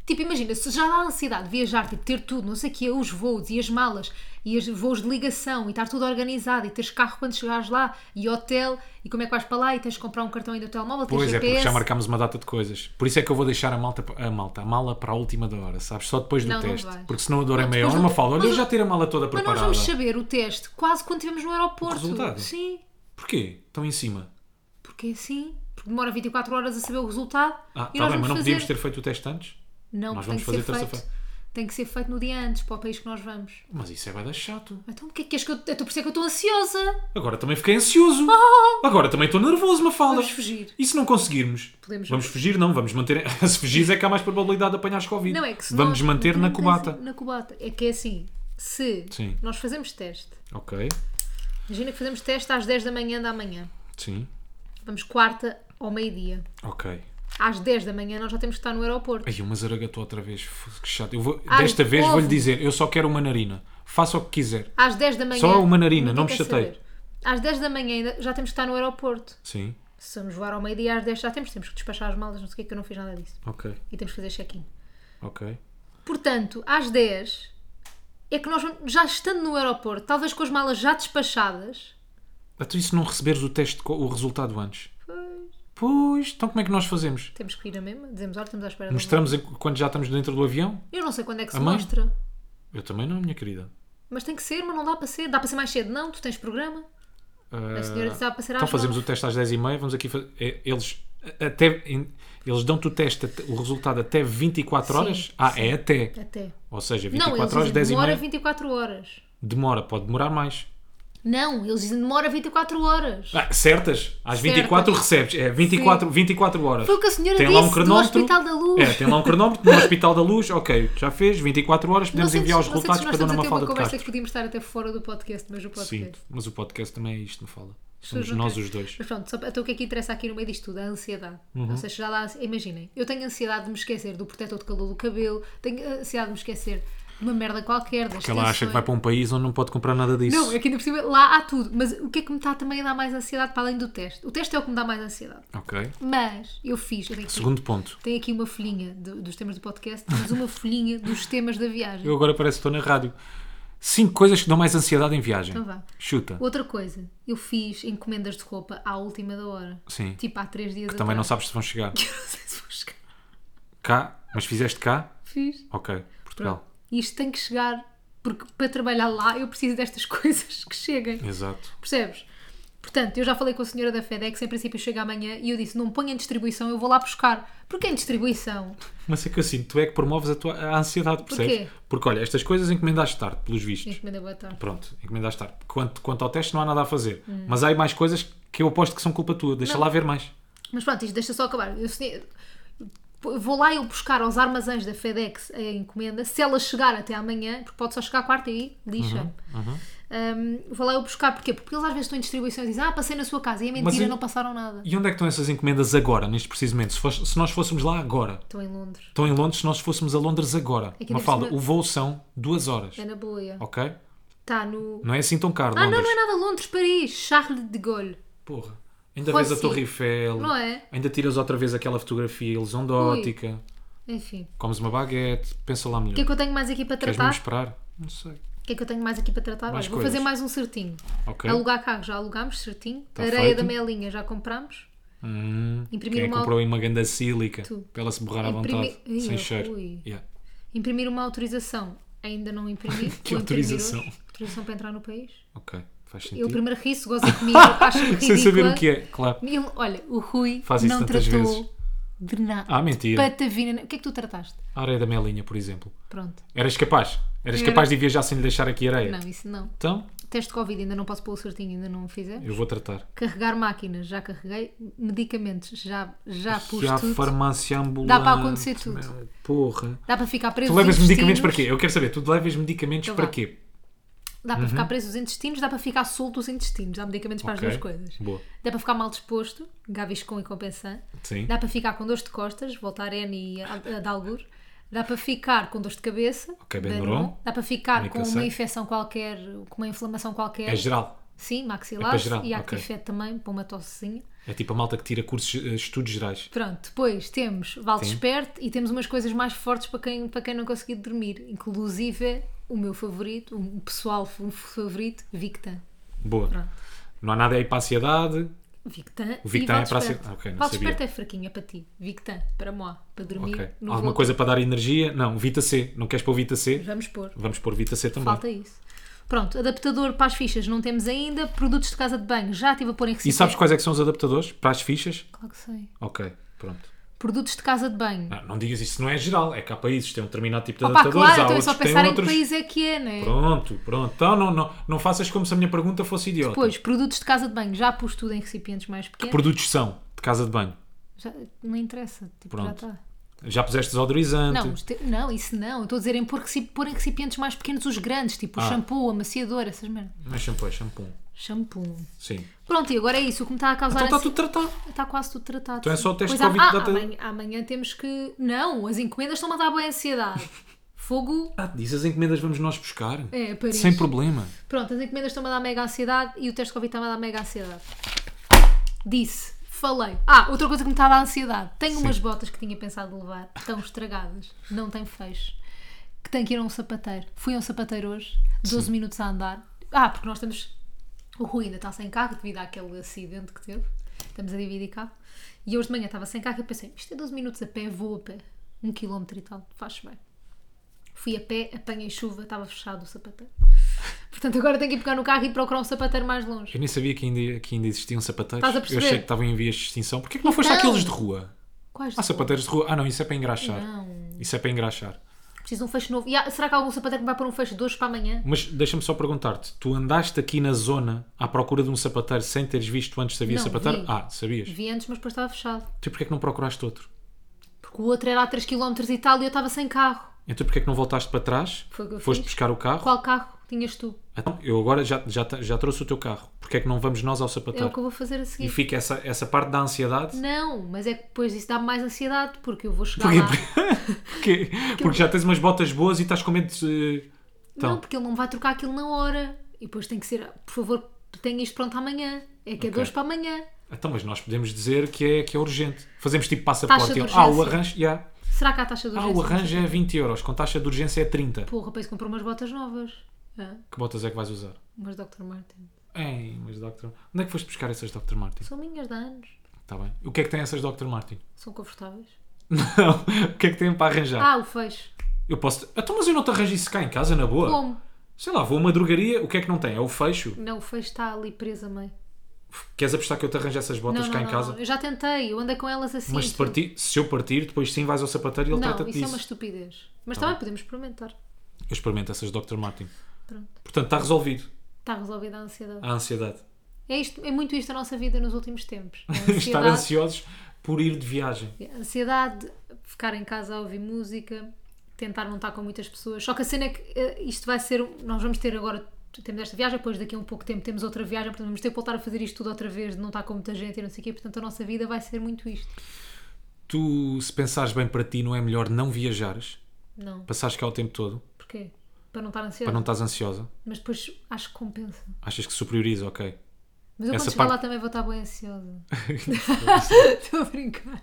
S1: Tipo, imagina, se já dá ansiedade de viajar, tipo, ter tudo, não sei o quê, os voos e as malas e os voos de ligação e estar tudo organizado e teres carro quando chegares lá e hotel e como é que vais para lá e tens de comprar um cartão ainda do telemóvel, tens
S2: Pois é, porque
S1: GPS.
S2: já marcámos uma data de coisas. Por isso é que eu vou deixar a malta, a malta, a mala para a última da hora, sabes? Só depois do
S1: Não, não
S2: teste.
S1: vais.
S2: porque senão a dor é maior.
S1: depois do-
S2: Uma falda, olha,
S1: mas
S2: eu
S1: o-
S2: já tiro a mala toda
S1: Mas nós
S2: preparada.
S1: vamos saber o teste quase quando estivermos no aeroporto.
S2: O resultado?
S1: Sim,
S2: Porquê? Estão em cima.
S1: porque é assim. Porque demora 24 horas a saber o resultado. e
S2: Ah, está
S1: nós
S2: bem,
S1: vamos
S2: mas não
S1: fazer...
S2: podíamos ter feito o teste antes?
S1: Não, porque
S2: Nós vamos
S1: tem que
S2: fazer
S1: ser feito. Tem que ser feito no dia antes, para o país que nós vamos.
S2: Mas isso é bada chato.
S1: Então, o que é que és que eu. Estou por isso é que eu estou ansiosa.
S2: Agora também fiquei ansioso. Agora também estou nervoso, uma falda.
S1: Ah, Vamos fugir.
S2: E se não conseguirmos?
S1: Podemos-
S2: Vamos fugir, não, vamos manter. [LAUGHS] se fugires é que há mais probabilidade de apanhares Covid.
S1: Não é que se
S2: vamos
S1: nós-
S2: manter na cubata.
S1: Na cubata. É que é assim. Se
S2: Sim.
S1: nós fazemos teste,
S2: Ok,
S1: imagina que fazemos teste às 10 da manhã da manhã.
S2: sim,
S1: Vamos quarta ao meio-dia.
S2: ok.
S1: Às 10 da manhã nós já temos que estar no aeroporto.
S2: Aí uma zaragatou outra vez, F- que chato. Eu vou,
S1: Ai,
S2: desta vez
S1: ovo.
S2: vou-lhe dizer, eu só quero uma narina. Faça o que quiser.
S1: Às 10 da manhã.
S2: Só uma narina,
S1: Ninguém
S2: não me
S1: quer
S2: chateie.
S1: saber. Às 10 da manhã ainda já temos que estar no aeroporto.
S2: Sim,
S1: Se vamos voar ao meio-dia, às 10 já temos, temos que despachar as malas, não sei o que, que eu não fiz nada disso.
S2: ok,
S1: E temos que fazer check-in.
S2: ok.
S1: Portanto, às 10 é que nós vamos, já estando no aeroporto, talvez com as malas já despachadas,
S2: Até isso Então, não receberes o teste, co- o resultado antes?
S1: pois,
S2: Pois, então como é que nós fazemos?
S1: temos que ir na mesma. Dizemos, olha, estamos à espera de um
S2: Mostramos em- quando já estamos dentro do avião?
S1: voo. Eu não sei quando é que se
S2: A mãe?
S1: mostra.
S2: Eu também não, minha querida.
S1: Mas tem que ser, mas não dá para ser. Dá para ser mais cedo, não? Tu tens programa?
S2: Ah,
S1: A senhora disse, dá para ser às
S2: então fazemos o
S1: nove.
S2: teste às 10h30, vamos aqui fazer... Eles, até, em- eles dão-te o teste, até- o resultado até 24
S1: Sim,
S2: horas? Ah,
S1: sim.
S2: é até.
S1: Até.
S2: Ou seja,
S1: Não,
S2: 24
S1: eles
S2: horas,
S1: dizem
S2: 10 e
S1: demora
S2: meia.
S1: 24 horas.
S2: Demora, pode demorar mais.
S1: Não, eles dizem demora 24 horas.
S2: Ah, certas? Às 24 recebes. É 24, 24 horas.
S1: Foi o que a senhora
S2: Tem
S1: disse
S2: lá um
S1: do
S2: cronómetro.
S1: Hospital da Luz.
S2: É, tem lá um cronómetro no Hospital da Luz. Ok, já fez. 24 horas.
S1: Não
S2: Podemos
S1: sei se-
S2: enviar os
S1: não sei se
S2: resultados
S1: nós
S2: para Dona
S1: estamos a ter
S2: Mafalda
S1: uma
S2: de
S1: conversa
S2: Castro.
S1: que podíamos estar até fora do podcast, mas o
S2: Sim,
S1: podcast.
S2: mas o podcast também é isto, me fala.
S1: pessoas
S2: Somos
S1: não
S2: nós
S1: querem.
S2: os dois. Uhum.
S1: Mas pronto, só, então o que é que interessa aqui no meio disto tudo? A ansiedade. Ou seja, já dá, ansi- imaginem, eu tenho ansiedade de me esquecer do protetor de calor do cabelo, tenho ansiedade de me esquecer de uma merda qualquer, das
S2: Porque ela acha que vai
S1: tensões.
S2: um para um país onde não pode comprar nada disso.
S1: Não, é que ainda por cima lá há tudo. Mas o que é que me está também a dar mais ansiedade para além do teste? O teste é o que me dá mais ansiedade.
S2: Ok.
S1: Mas eu fiz, eu tenho aqui,
S2: Segundo ponto.
S1: tenho aqui uma folhinha do- dos temas do podcast, mas uma folhinha dos temas da viagem.
S2: Eu agora parece que estou na rádio. Cinco coisas que dão mais ansiedade em viagem.
S1: Então vá.
S2: Chuta.
S1: Outra coisa, eu fiz encomendas de roupa à última da hora.
S2: Sim.
S1: Tipo há três dias
S2: Também não
S1: atrás. [LAUGHS]
S2: sabes se vão
S1: Eu
S2: chegar.
S1: não sei se vou chegar.
S2: Cá? Mas fizeste cá?
S1: Fiz.
S2: Ok. Portugal.
S1: Isto tem que chegar, porque para trabalhar lá eu preciso destas [LAUGHS] coisas que cheguem.
S2: Exato.
S1: Percebes? Portanto, eu já falei com a senhora da FedEx, em princípio chega amanhã, e eu disse: não me ponha em distribuição, eu vou lá buscar. Porque em distribuição,
S2: Mas é que eu sinto, tu é que promoves a tua a ansiedade, percebes?
S1: Porquê?
S2: Porque olha, estas coisas encomendaste tarde, pelos vistos.
S1: encomenda boa tarde.
S2: Pronto, encomendaste tarde. Quanto, quanto ao teste, não há nada a fazer.
S1: Hum.
S2: Mas há aí mais coisas que eu aposto que são culpa tua. Deixa lá ver mais.
S1: Mas pronto, isto deixa só acabar. Eu se- vou lá eu buscar aos armazéns da FedEx a encomenda, se ela chegar até amanhã, porque pode só chegar à quarta e aí lixa.
S2: Uhum,
S1: Um, vou lá eu buscar, porquê? Porque eles às vezes estão em distribuição e dizem, ah, passei na sua casa, e é mentira,
S2: eu-
S1: não passaram nada.
S2: E onde é que estão essas encomendas agora, neste preciso momento? Se, fos- se nós fôssemos lá agora.
S1: Estão em Londres,
S2: Estão em Londres, se nós fôssemos a Londres agora.
S1: É que ainda
S2: Uma falda,
S1: por cima-
S2: o voo são duas horas.
S1: é na boia.
S2: Ok?
S1: Está no.
S2: Não é assim tão caro,
S1: Ah,
S2: Londres.
S1: não, não é nada Londres, Paris, Charles de Gaulle.
S2: Porra. Ainda
S1: Foi
S2: vês a
S1: assim.
S2: Torre Eiffel.
S1: Não é?
S2: Ainda tiras outra vez aquela fotografia elisondótica.
S1: Enfim.
S2: Comes uma baguete, pensa lá
S1: O
S2: melhor.
S1: que é que eu tenho mais aqui para
S2: Queres mesmo
S1: tratar?
S2: esperar? Não sei.
S1: O que é que eu tenho mais aqui para tratar?
S2: Mais
S1: Olha, vou
S2: coisas.
S1: fazer mais um certinho.
S2: Ok.
S1: Alugar carro já alugámos, certinho.
S2: Tá
S1: Areia
S2: feito.
S1: da Melinha já comprámos.
S2: Hum,
S1: Imprimir
S2: quem é que
S1: uma-
S2: comprou aí uma ganda sílica
S1: Tu.
S2: para ela se borrar à
S1: Imprimi-
S2: vontade,
S1: Ih,
S2: sem
S1: eu
S2: cheiro?
S1: fui.
S2: Yeah.
S1: Imprimir uma autorização. Ainda não imprimi.
S2: [LAUGHS] Que
S1: Vou imprimir hoje.
S2: autorização?
S1: Autorização para entrar no país.
S2: Ok, faz
S1: Eu
S2: sentido. [LAUGHS]
S1: primeiro ri-se, goza comigo, acho ridícula.
S2: Sem saber o que é, claro.
S1: Ele- olha, o Rui
S2: Faz isso
S1: não
S2: tantas
S1: tratou
S2: vezes.
S1: de nada.
S2: Ah, mentira.
S1: Patavina. O que é que tu trataste?
S2: A areia da Melinha, por exemplo.
S1: Pronto.
S2: Eras capaz? Eras
S1: Eu era-
S2: capaz de viajar sem lhe deixar aqui areia?
S1: Não, isso não.
S2: Então,
S1: Teste de Covid, ainda não posso pôr o certinho, ainda não o fizemos.
S2: eu vou tratar.
S1: Carregar máquinas, já carreguei. Medicamentos, já, já pus
S2: Já
S1: tudo.
S2: farmácia ambulante.
S1: acontecer tudo.
S2: meu, porra.
S1: Dá para ficar preso
S2: Tu levas
S1: os
S2: medicamentos
S1: intestinos.
S2: para quê? Eu quero saber, tu levas medicamentos
S1: Então
S2: para
S1: vá.
S2: quê?
S1: Dá para ficar preso os intestinos, dá para ficar solto os intestinos. Dá medicamentos para
S2: Uhum. Ok,
S1: as duas coisas.
S2: Boa.
S1: Dá para ficar mal disposto, Gaviscon e Compensan.
S2: Sim.
S1: Dá para ficar com dores de costas, Voltaren e a- a- Dalgur. Dá para ficar com dores de cabeça,
S2: Ok, Benuron.
S1: Benuron. Dá para ficar
S2: Única
S1: com uma
S2: sei.
S1: infecção qualquer, com uma inflamação qualquer.
S2: É geral.
S1: Sim,
S2: É para
S1: maxilar
S2: geral,
S1: e
S2: ok.
S1: actifete também, para uma tossezinha.
S2: É tipo a malta que tira cursos, eh, estudos gerais.
S1: Pronto, depois temos Vale
S2: Sim.
S1: Desperto e temos umas coisas mais fortes para quem, para quem não conseguir dormir. Inclusive, é o meu favorito, o pessoal f- favorito, Victan.
S2: Boa.
S1: Pronto.
S2: Não há nada aí para a ansiedade.
S1: Victan,
S2: O Victan
S1: e Vale
S2: é para
S1: Desperto.
S2: ser- Ok, não
S1: Vale
S2: sabia.
S1: Desperto é fraquinho, é para ti. Victan, para moi, para dormir.
S2: Ok.
S1: no
S2: Alguma
S1: voo.
S2: coisa para dar energia? Não, Vita C. Não queres pôr Vita C?
S1: Vamos pôr.
S2: Vamos pôr Vita C também.
S1: Falta isso. Pronto, adaptador para as fichas não temos ainda. Produtos de casa de banho já estive a pôr em recipiente.
S2: E sabes quais é que são os adaptadores? Para as fichas?
S1: Claro que sei.
S2: Ok, pronto.
S1: Produtos de casa de banho.
S2: Não, não digas isso, não é geral. É que há países que têm um determinado tipo de
S1: Opa,
S2: adaptadores,
S1: claro,
S2: há
S1: então é
S2: outros
S1: só
S2: que têm
S1: pensar em que
S2: outros.
S1: país é que é, né?
S2: Pronto, pronto. Então não, não, não faças como se a minha pergunta fosse idiota.
S1: Pois, produtos de casa de banho já pus tudo em recipientes mais pequenos.
S2: Produtos são de casa de banho.
S1: Já, não interessa, tipo, já
S2: Pronto.
S1: está.
S2: Já puseste desodorizante.
S1: Não, este- não, isso não. Eu Estou a dizer em pôr, reci- pôr em recipientes mais pequenos os grandes, tipo
S2: Ah.
S1: o shampoo, amaciador, essas merdas.
S2: Mas shampoo é shampoo.
S1: Shampoo.
S2: Sim.
S1: Pronto, e agora é isso. O que me está a causar
S2: Então está
S1: ansi-
S2: tudo tratado.
S1: Está quase tudo tratado.
S2: Então é
S1: sim.
S2: só o teste
S1: Pois há-
S2: Covid
S1: ah,
S2: data-
S1: amanhã, amanhã temos que. Não, as encomendas estão a dar boa ansiedade. Fogo.
S2: Ah, diz as encomendas vamos nós buscar.
S1: É, Paris.
S2: Sem problema.
S1: Pronto, as encomendas estão a dar mega ansiedade e o teste Covid está a dar mega ansiedade. Disse. Falei. Ah, outra coisa que me está a dar ansiedade. Tenho umas botas que tinha pensado levar, estão estragadas, não tem fecho, que tenho que ir a um sapateiro. Fui a um sapateiro hoje, 12 minutos a andar. Ah, porque nós estamos O Rui ainda está sem carro devido àquele acidente que teve. Estamos a dividir carro. E hoje de manhã estava sem carro e eu pensei, isto é 12 minutos a pé, vou a pé. Um quilómetro e tal, faz bem. Fui a pé, apanhei chuva, estava fechado o sapateiro. Portanto, agora tenho que ir pegar no carro e procurar um sapateiro mais longe.
S2: Eu nem sabia que ainda, que ainda existiam sapateiros.
S1: Estás a
S2: Eu
S1: perceber?
S2: achei que estavam em vias de extinção. Porquê que não foste
S1: Então.
S2: àqueles de rua?
S1: Quais
S2: Há
S1: são?
S2: sapateiros de rua. Ah, não, isso é para engraxar.
S1: Não.
S2: Isso é para engraxar.
S1: Preciso de um fecho novo. E há- será que há algum sapateiro que vai pôr um fecho de hoje para amanhã?
S2: Mas deixa-me só perguntar-te: tu andaste aqui na zona à procura de um sapateiro sem teres visto antes se havia
S1: Não,
S2: sapateiro?
S1: vi.
S2: Ah, sabias?
S1: Vi antes, mas depois estava fechado.
S2: Então porquê que não procuraste outro?
S1: Porque o outro era a 3 km e tal e eu estava sem carro.
S2: Então porquê que não voltaste para trás?
S1: Foi o que eu
S2: Foste
S1: fiz.
S2: buscar o carro?
S1: Qual carro tinhas tu?
S2: Então, eu agora já, já, te- já trouxe o teu carro. Porquê é que não vamos nós ao
S1: É
S2: sapateiro?
S1: o que eu vou fazer a seguir.
S2: Tá. E fica essa, essa parte da ansiedade.
S1: Não, mas é que depois isso dá-me mais ansiedade, porque eu vou chegar
S2: Porquê?
S1: lá.
S2: [LAUGHS] Porquê? Porque já tens umas botas boas e estás com medo de.
S1: Não,
S2: Então,
S1: porque ele não vai trocar aquilo na hora. E depois tem que ser, por favor, tenha isto pronto amanhã. É que é
S2: Ok.
S1: de hoje para amanhã.
S2: então, mas nós podemos dizer que é, que é urgente. Fazemos tipo
S1: Taxa
S2: passaporte.
S1: de
S2: Ele, Ah, o
S1: urgência.
S2: arranjo. yeah.
S1: Será que há taxa de
S2: Ah,
S1: urgência?
S2: o arranjo é 20 euros. Com taxa de urgência é 30.
S1: Porra, para isso comprou umas botas novas. Ah,
S2: Que botas é que vais usar?
S1: umas Dr. Martin.
S2: Ei, mas Dr. Onde é que foste buscar essas Dr. Martin?
S1: São minhas de há anos.
S2: Está bem. O que é que tem essas Dr. Martin? [LAUGHS]
S1: São confortáveis.
S2: Não. O que é que tem para arranjar?
S1: Ah, o fecho.
S2: Eu posso. Então, mas eu não te arranjo isso cá em casa, na boa.
S1: Como?
S2: Sei lá, vou a uma drogaria. O que é que não tem? É o fecho.
S1: Não, o fecho está ali preso a meio.
S2: Queres apostar que eu te arranjo essas botas
S1: Não,
S2: cá
S1: não,
S2: em
S1: não,
S2: casa?
S1: não. Eu já tentei, eu andei com elas assim.
S2: Mas se,
S1: tudo.
S2: partir, se eu partir, depois sim vais ao sapateiro e ele
S1: Não,
S2: trata-te
S1: isso é uma
S2: disso. Tá
S1: estupidez. Mas também podemos experimentar.
S2: Eu experimento essas Dr. Martin.
S1: Pronto.
S2: Portanto, está resolvido
S1: Está resolvida a ansiedade.
S2: a ansiedade.
S1: É, isto, é muito isto a nossa vida nos últimos tempos.
S2: [LAUGHS]
S1: A
S2: Estar
S1: Ansiedade,
S2: ansiosos por ir de viagem.
S1: a ansiedade, ficar em casa a ouvir música, tentar não estar com muitas pessoas. Só que a cena é que eh, isto vai ser. um- Nós vamos ter agora. Temos esta viagem, depois daqui a um pouco tempo temos outra viagem, portanto vamos ter que voltar a fazer isto tudo outra vez, de não estar com muita gente e não sei o quê. Portanto a nossa vida vai ser muito isto.
S2: Tu, se pensares bem para ti, não é melhor não viajares?
S1: Não.
S2: Passares cá o tempo todo,
S1: Porquê? Para não estar
S2: para
S1: ansiosa.
S2: não estás ansiosa?
S1: Mas depois acho que compensa.
S2: Achas que superioriza, ok. [LAUGHS]
S1: Mas eu
S2: Essa
S1: quando chegar
S2: parte-
S1: [LAUGHS]
S2: [LAUGHS]
S1: lá também vou estar bem ansiosa. Estou a brincar.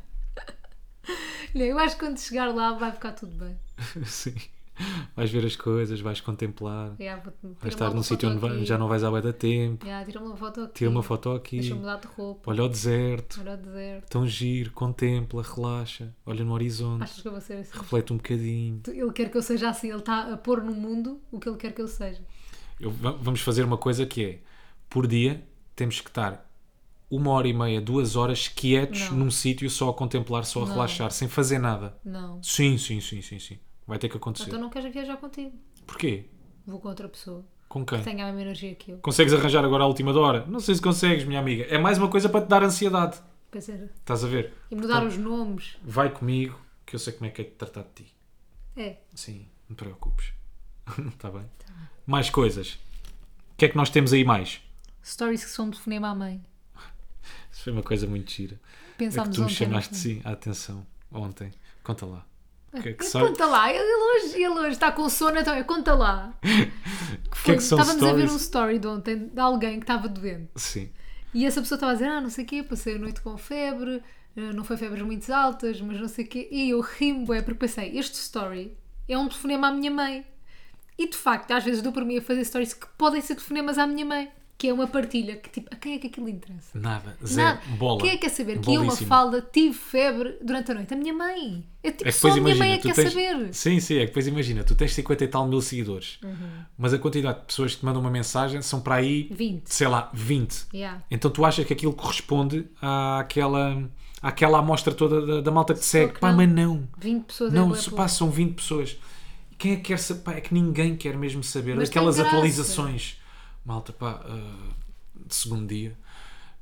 S1: Olha, eu acho que quando chegar lá vai ficar tudo bem.
S2: Sim. Vais ver as coisas, vais contemplar.
S1: Yeah, vou- tira-me
S2: Vais estar
S1: uma
S2: num
S1: foto
S2: sítio onde vai-
S1: aqui.
S2: já não vais à bué da tempo.
S1: Yeah, tira-me uma foto aqui.
S2: Tira uma foto aqui.
S1: Deixa-me mudar de roupa.
S2: Olha o deserto.
S1: Olha o deserto.
S2: Tão giro. Contempla, relaxa. Olha no horizonte.
S1: Achas que eu vou ser assim?
S2: Reflete um bocadinho.
S1: Ele quer que eu seja assim, ele está a pôr no mundo o que ele quer que eu seja.
S2: Eu- va- vamos fazer uma coisa que é: por dia temos que estar uma hora e meia, duas horas quietos
S1: Não.
S2: num sítio só a contemplar, só a relaxar, sem fazer nada.
S1: Não.
S2: Sim, sim, sim, sim, sim. Vai ter que acontecer.
S1: Então não queres viajar contigo.
S2: Porquê?
S1: Vou com outra pessoa.
S2: Com quem?
S1: Tenho a mesma energia que eu.
S2: Consegues arranjar agora à última da hora? Não sei se consegues, minha amiga. É mais uma coisa para te dar ansiedade.
S1: Quer dizer,
S2: Estás a ver?
S1: e mudar os nomes.
S2: Vai comigo, que eu sei como é que é de tratar de ti.
S1: É.
S2: Sim, não te preocupes. [LAUGHS] Está bem?
S1: Tá
S2: Mais coisas. O que é que nós temos aí mais?
S1: Stories que são de fonema à mãe.
S2: Isso foi uma coisa muito gira. é que
S1: Pensámos
S2: tu me
S1: ontem. no
S2: chamaste, sim, a atenção ontem. Conta lá. O que é que,
S1: Mas
S2: são-
S1: Conta lá, ele hoje, ele hoje está com sono, então eu conta lá. Que
S2: que é que são
S1: estávamos a ver
S2: stories?
S1: um story de ontem de alguém que estava doente
S2: Sim.
S1: e essa pessoa estava a dizer: Ah, não sei o quê, passei a noite com febre, eh, não foi febres muito altas, mas não sei o quê. E eu rimo, é porque pensei: Este story é um telefonema à minha mãe. E de facto, às vezes dou por mim a fazer stories que podem ser telefonemas à minha mãe, que é uma partilha que tipo, a quem é que aquilo interessa?
S2: Nada. Zero.
S1: Nada.
S2: Bola.
S1: Quem é que quer saber que eu,
S2: Bolíssima.
S1: Mafalda, tive febre durante a noite? A minha mãe. É tipo,
S2: É que
S1: só
S2: depois
S1: a minha
S2: imagina,
S1: mãe é
S2: tu
S1: que quer
S2: tens...
S1: saber.
S2: Sim, sim, é que depois imagina, tu tens 50 e tal mil seguidores,
S1: Uhum.
S2: mas a quantidade de pessoas que te mandam uma mensagem são para aí,
S1: 20.
S2: sei lá, 20.
S1: Yeah.
S2: Então tu achas que aquilo corresponde àquela, àquela amostra toda da, da malta que te segue?
S1: que
S2: Pá,
S1: não.
S2: mas não.
S1: 20 pessoas
S2: Não,
S1: é
S2: se
S1: bué pouco.
S2: passam 20 pessoas. E Quem é que quer saber? Pá, é que ninguém quer mesmo saber.
S1: Mas tem
S2: Aquelas
S1: graça.
S2: atualizações. Malta, pá, ah, de segundo dia.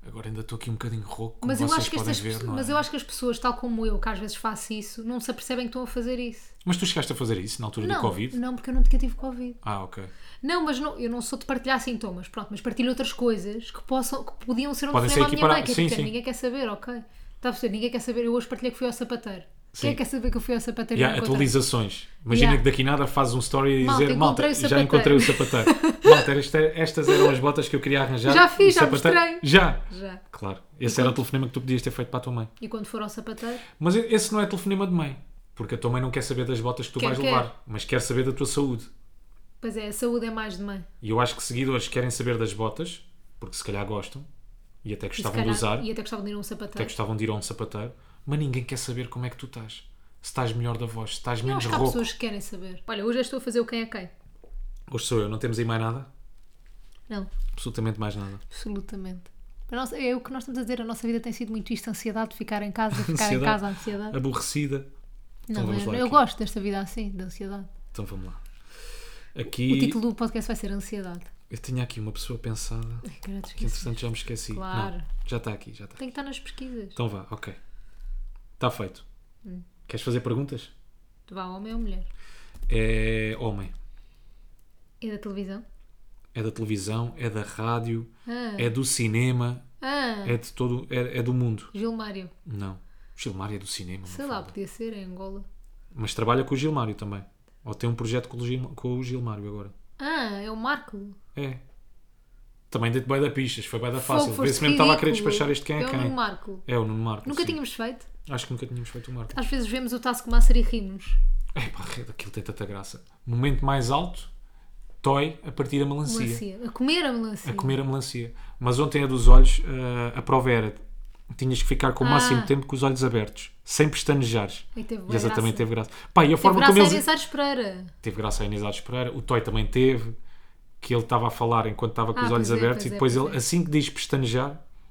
S2: Agora ainda estou aqui um bocadinho rouco, como
S1: Mas eu,
S2: vocês
S1: acho que
S2: podem
S1: estas,
S2: ver,
S1: pessoas-
S2: não é?
S1: mas eu acho que as pessoas, tal como eu, que às vezes faço isso, não se apercebem que estão a fazer isso.
S2: Mas tu chegaste a fazer isso na altura
S1: Não,
S2: do Covid?
S1: não, porque eu nunca tive Covid.
S2: Ah, ok.
S1: Não, mas não, eu não sou de partilhar sintomas, pronto, mas partilho outras coisas que, possam, que podiam ser um
S2: Podem
S1: problema à
S2: ser
S1: minha mãe,
S2: equiparadas.
S1: que é
S2: Sim,
S1: tipo,
S2: sim.
S1: ninguém quer saber, ok. Está a perceber? Ninguém quer saber, eu hoje partilhei que fui ao sapateiro.
S2: Sim.
S1: Quem é que quer saber que eu fui ao sapateiro? e
S2: Yeah,
S1: não encontrei?
S2: atualizações. Imagina
S1: Yeah.
S2: que daqui nada fazes um story e
S1: Malta,
S2: dizer Malta,
S1: encontrei o
S2: já encontrei o sapateiro.
S1: [LAUGHS]
S2: Malta, esta- estas eram as botas que eu queria arranjar.
S1: Já fiz,
S2: O
S1: já
S2: sapateiro-
S1: mostrei.
S2: Já!
S1: Já.
S2: Claro. Esse era o telefonema que tu podias ter feito para a tua mãe.
S1: E quando for ao sapateiro?
S2: Mas esse não é telefonema de mãe. Porque a tua mãe não quer saber das botas que tu
S1: Quer,
S2: vais
S1: quer.
S2: levar, mas quer saber da tua saúde.
S1: Pois é, a saúde é mais de mãe.
S2: E eu acho que seguidores querem saber das botas, porque se calhar gostam, e até
S1: E se
S2: gostavam
S1: calhar-
S2: de usar,
S1: E até gostava de ir a um
S2: até
S1: sapateiro.
S2: gostavam de ir a um sapateiro, mas ninguém quer saber como é que tu estás. Se estás melhor da voz, se estás
S1: Eu
S2: menos
S1: acho que há
S2: um rouco.
S1: pessoas que querem saber. Olha, hoje eu estou a fazer o quem é quem.
S2: Hoje sou eu, não temos aí mais nada?
S1: Não,
S2: Absolutamente mais nada.
S1: absolutamente. A nossa- é o que nós estamos a dizer, a nossa vida tem sido muito isto, ansiedade de ficar em
S2: [LAUGHS]
S1: casa, ficar em
S2: Ansiedade.
S1: casa, ansiedade.
S2: Aborrecida. Então
S1: não,
S2: vamos
S1: eu,
S2: lá
S1: eu
S2: aqui.
S1: gosto desta vida assim, de ansiedade.
S2: Então vamos lá.
S1: O
S2: Aqui,
S1: título do podcast vai ser Ansiedade.
S2: eu tinha aqui uma pessoa pensada,
S1: Ai, caralho,
S2: que
S1: esqueci.
S2: entretanto já me esqueci.
S1: Claro.
S2: Não, já está aqui, já está.
S1: Tem que estar nas pesquisas.
S2: Então vá, ok. Está feito.
S1: Hum.
S2: Queres fazer perguntas?
S1: Vá, homem ou mulher?
S2: É homem.
S1: É da televisão?
S2: É da televisão, é da rádio,
S1: Ah,
S2: é do cinema,
S1: ah,
S2: é de todo. É, é do mundo.
S1: Gilmário.
S2: Não. O Gilmário é do cinema.
S1: Sei
S2: não
S1: lá,
S2: fala.
S1: podia ser em Angola. o
S2: Mas trabalha com o Gilmário também. Ou tem um projeto com o, Gil- com o Gilmário agora.
S1: Ah, é o Marco.
S2: É. Também dentro bem da pistas, foi bem da É fácil.
S1: Fogo, foste
S2: Vê-se mesmo que estava a querer
S1: ridículo.
S2: despachar este quem é
S1: É o Nuno
S2: quem.
S1: Marco.
S2: É o Nuno Marco.
S1: Nunca
S2: sim.
S1: tínhamos feito.
S2: Acho que nunca tínhamos feito o Marco.
S1: Às vezes vemos o Taskmaster e rimos.
S2: É pá, aquilo tem tanta graça. Momento mais alto, Toy a partir da melancia.
S1: Melancia. A comer a melancia.
S2: a comer a melancia. Mas ontem a dos olhos, eh, a prova era tinhas que ficar com o
S1: Ah.
S2: máximo tempo com os olhos abertos, sem pestanejares.
S1: E teve
S2: E
S1: bué
S2: essa também
S1: graça.
S2: teve graça. Pá, e a
S1: Teve
S2: forma
S1: graça
S2: como
S1: a
S2: eles.
S1: Inês Aires Pereira.
S2: Teve graça a Inês Alves Pereira, o Toy também teve, que ele estava a falar enquanto estava com
S1: Ah,
S2: os olhos
S1: pois é,
S2: abertos
S1: pois
S2: e
S1: é,
S2: depois
S1: pois
S2: ele,
S1: é.
S2: assim que diz pestanejar,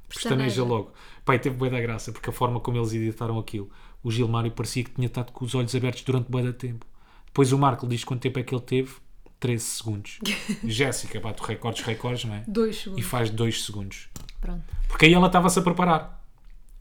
S2: pestaneja
S1: Pestaneja.
S2: logo. Pá, e teve boa da graça, porque a forma como eles editaram aquilo, o Gilmário parecia que tinha estado com os olhos abertos durante boa da tempo. Depois o Marco diz quanto tempo é que ele teve. 13 segundos.
S1: [LAUGHS]
S2: Jéssica bate recordes, recordes, não é?
S1: Dois
S2: E
S1: segundos.
S2: faz 2 segundos.
S1: Pronto.
S2: Porque aí ela estava-se a preparar.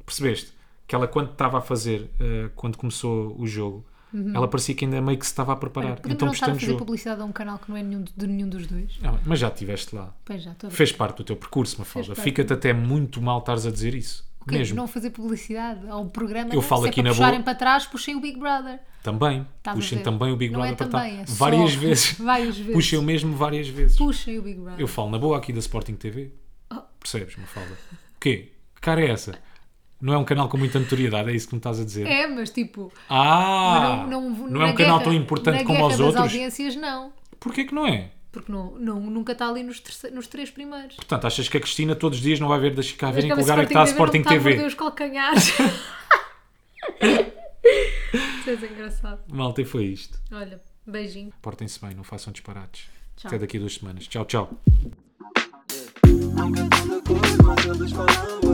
S2: Percebeste? Que ela, quando estava a fazer, eh, quando começou o jogo, ela parecia que ainda meio que se estava a preparar.
S1: Podemos
S2: então
S1: Uhum. não estar a fazer
S2: pestanejou.
S1: publicidade a um canal que não é nenhum de, de nenhum dos dois.
S2: Não, mas já estiveste lá.
S1: Pois já, estou a ver.
S2: Fez parte do teu percurso, Mafalda.
S1: Fez parte.
S2: Fica-te até muito mal estares a dizer isso.
S1: Ok,
S2: Mesmo.
S1: Não fazer publicidade ao programa.
S2: Eu
S1: não.
S2: falo
S1: Se é
S2: aqui
S1: para
S2: na
S1: puxarem
S2: boa.
S1: para trás, puxem o Big Brother.
S2: Também.
S1: Estás a
S2: Puxem
S1: ver?
S2: também o Big
S1: Não
S2: Brother
S1: é
S2: para
S1: também,
S2: estar.
S1: é só-
S2: várias
S1: [LAUGHS]
S2: vezes.
S1: Várias vezes.
S2: Puxem o mesmo várias vezes.
S1: Puxem o Big Brother. Oh.
S2: Eu falo na boa aqui da Sporting TV. Percebes, Mafalda? O quê? Que cara é essa? Não é um canal com muita notoriedade, é isso que me estás a dizer.
S1: É, mas tipo.
S2: Ah!
S1: mas não, não,
S2: é
S1: na
S2: um canal
S1: guerra-
S2: tão importante
S1: na
S2: como
S1: guerra
S2: os
S1: das
S2: outros.
S1: audiências, não.
S2: Porquê que não é?
S1: Porque não, não, nunca está ali nos, terce- nos três primeiros.
S2: Portanto, achas que a Cristina todos os dias não vai ver da Chica a ver em que
S1: Mas
S2: lugar é que está a
S1: acaba
S2: Sporting
S1: TV. não
S2: TV?
S1: me está a morder os calcanhares. [LAUGHS] Isso é engraçado.
S2: Malta, e foi isto.
S1: Olha, beijinho.
S2: Portem-se bem, não façam disparates.
S1: Tchau.
S2: Até daqui a duas semanas. Tchau, tchau.
S3: Não cantando a cor, mas eles falam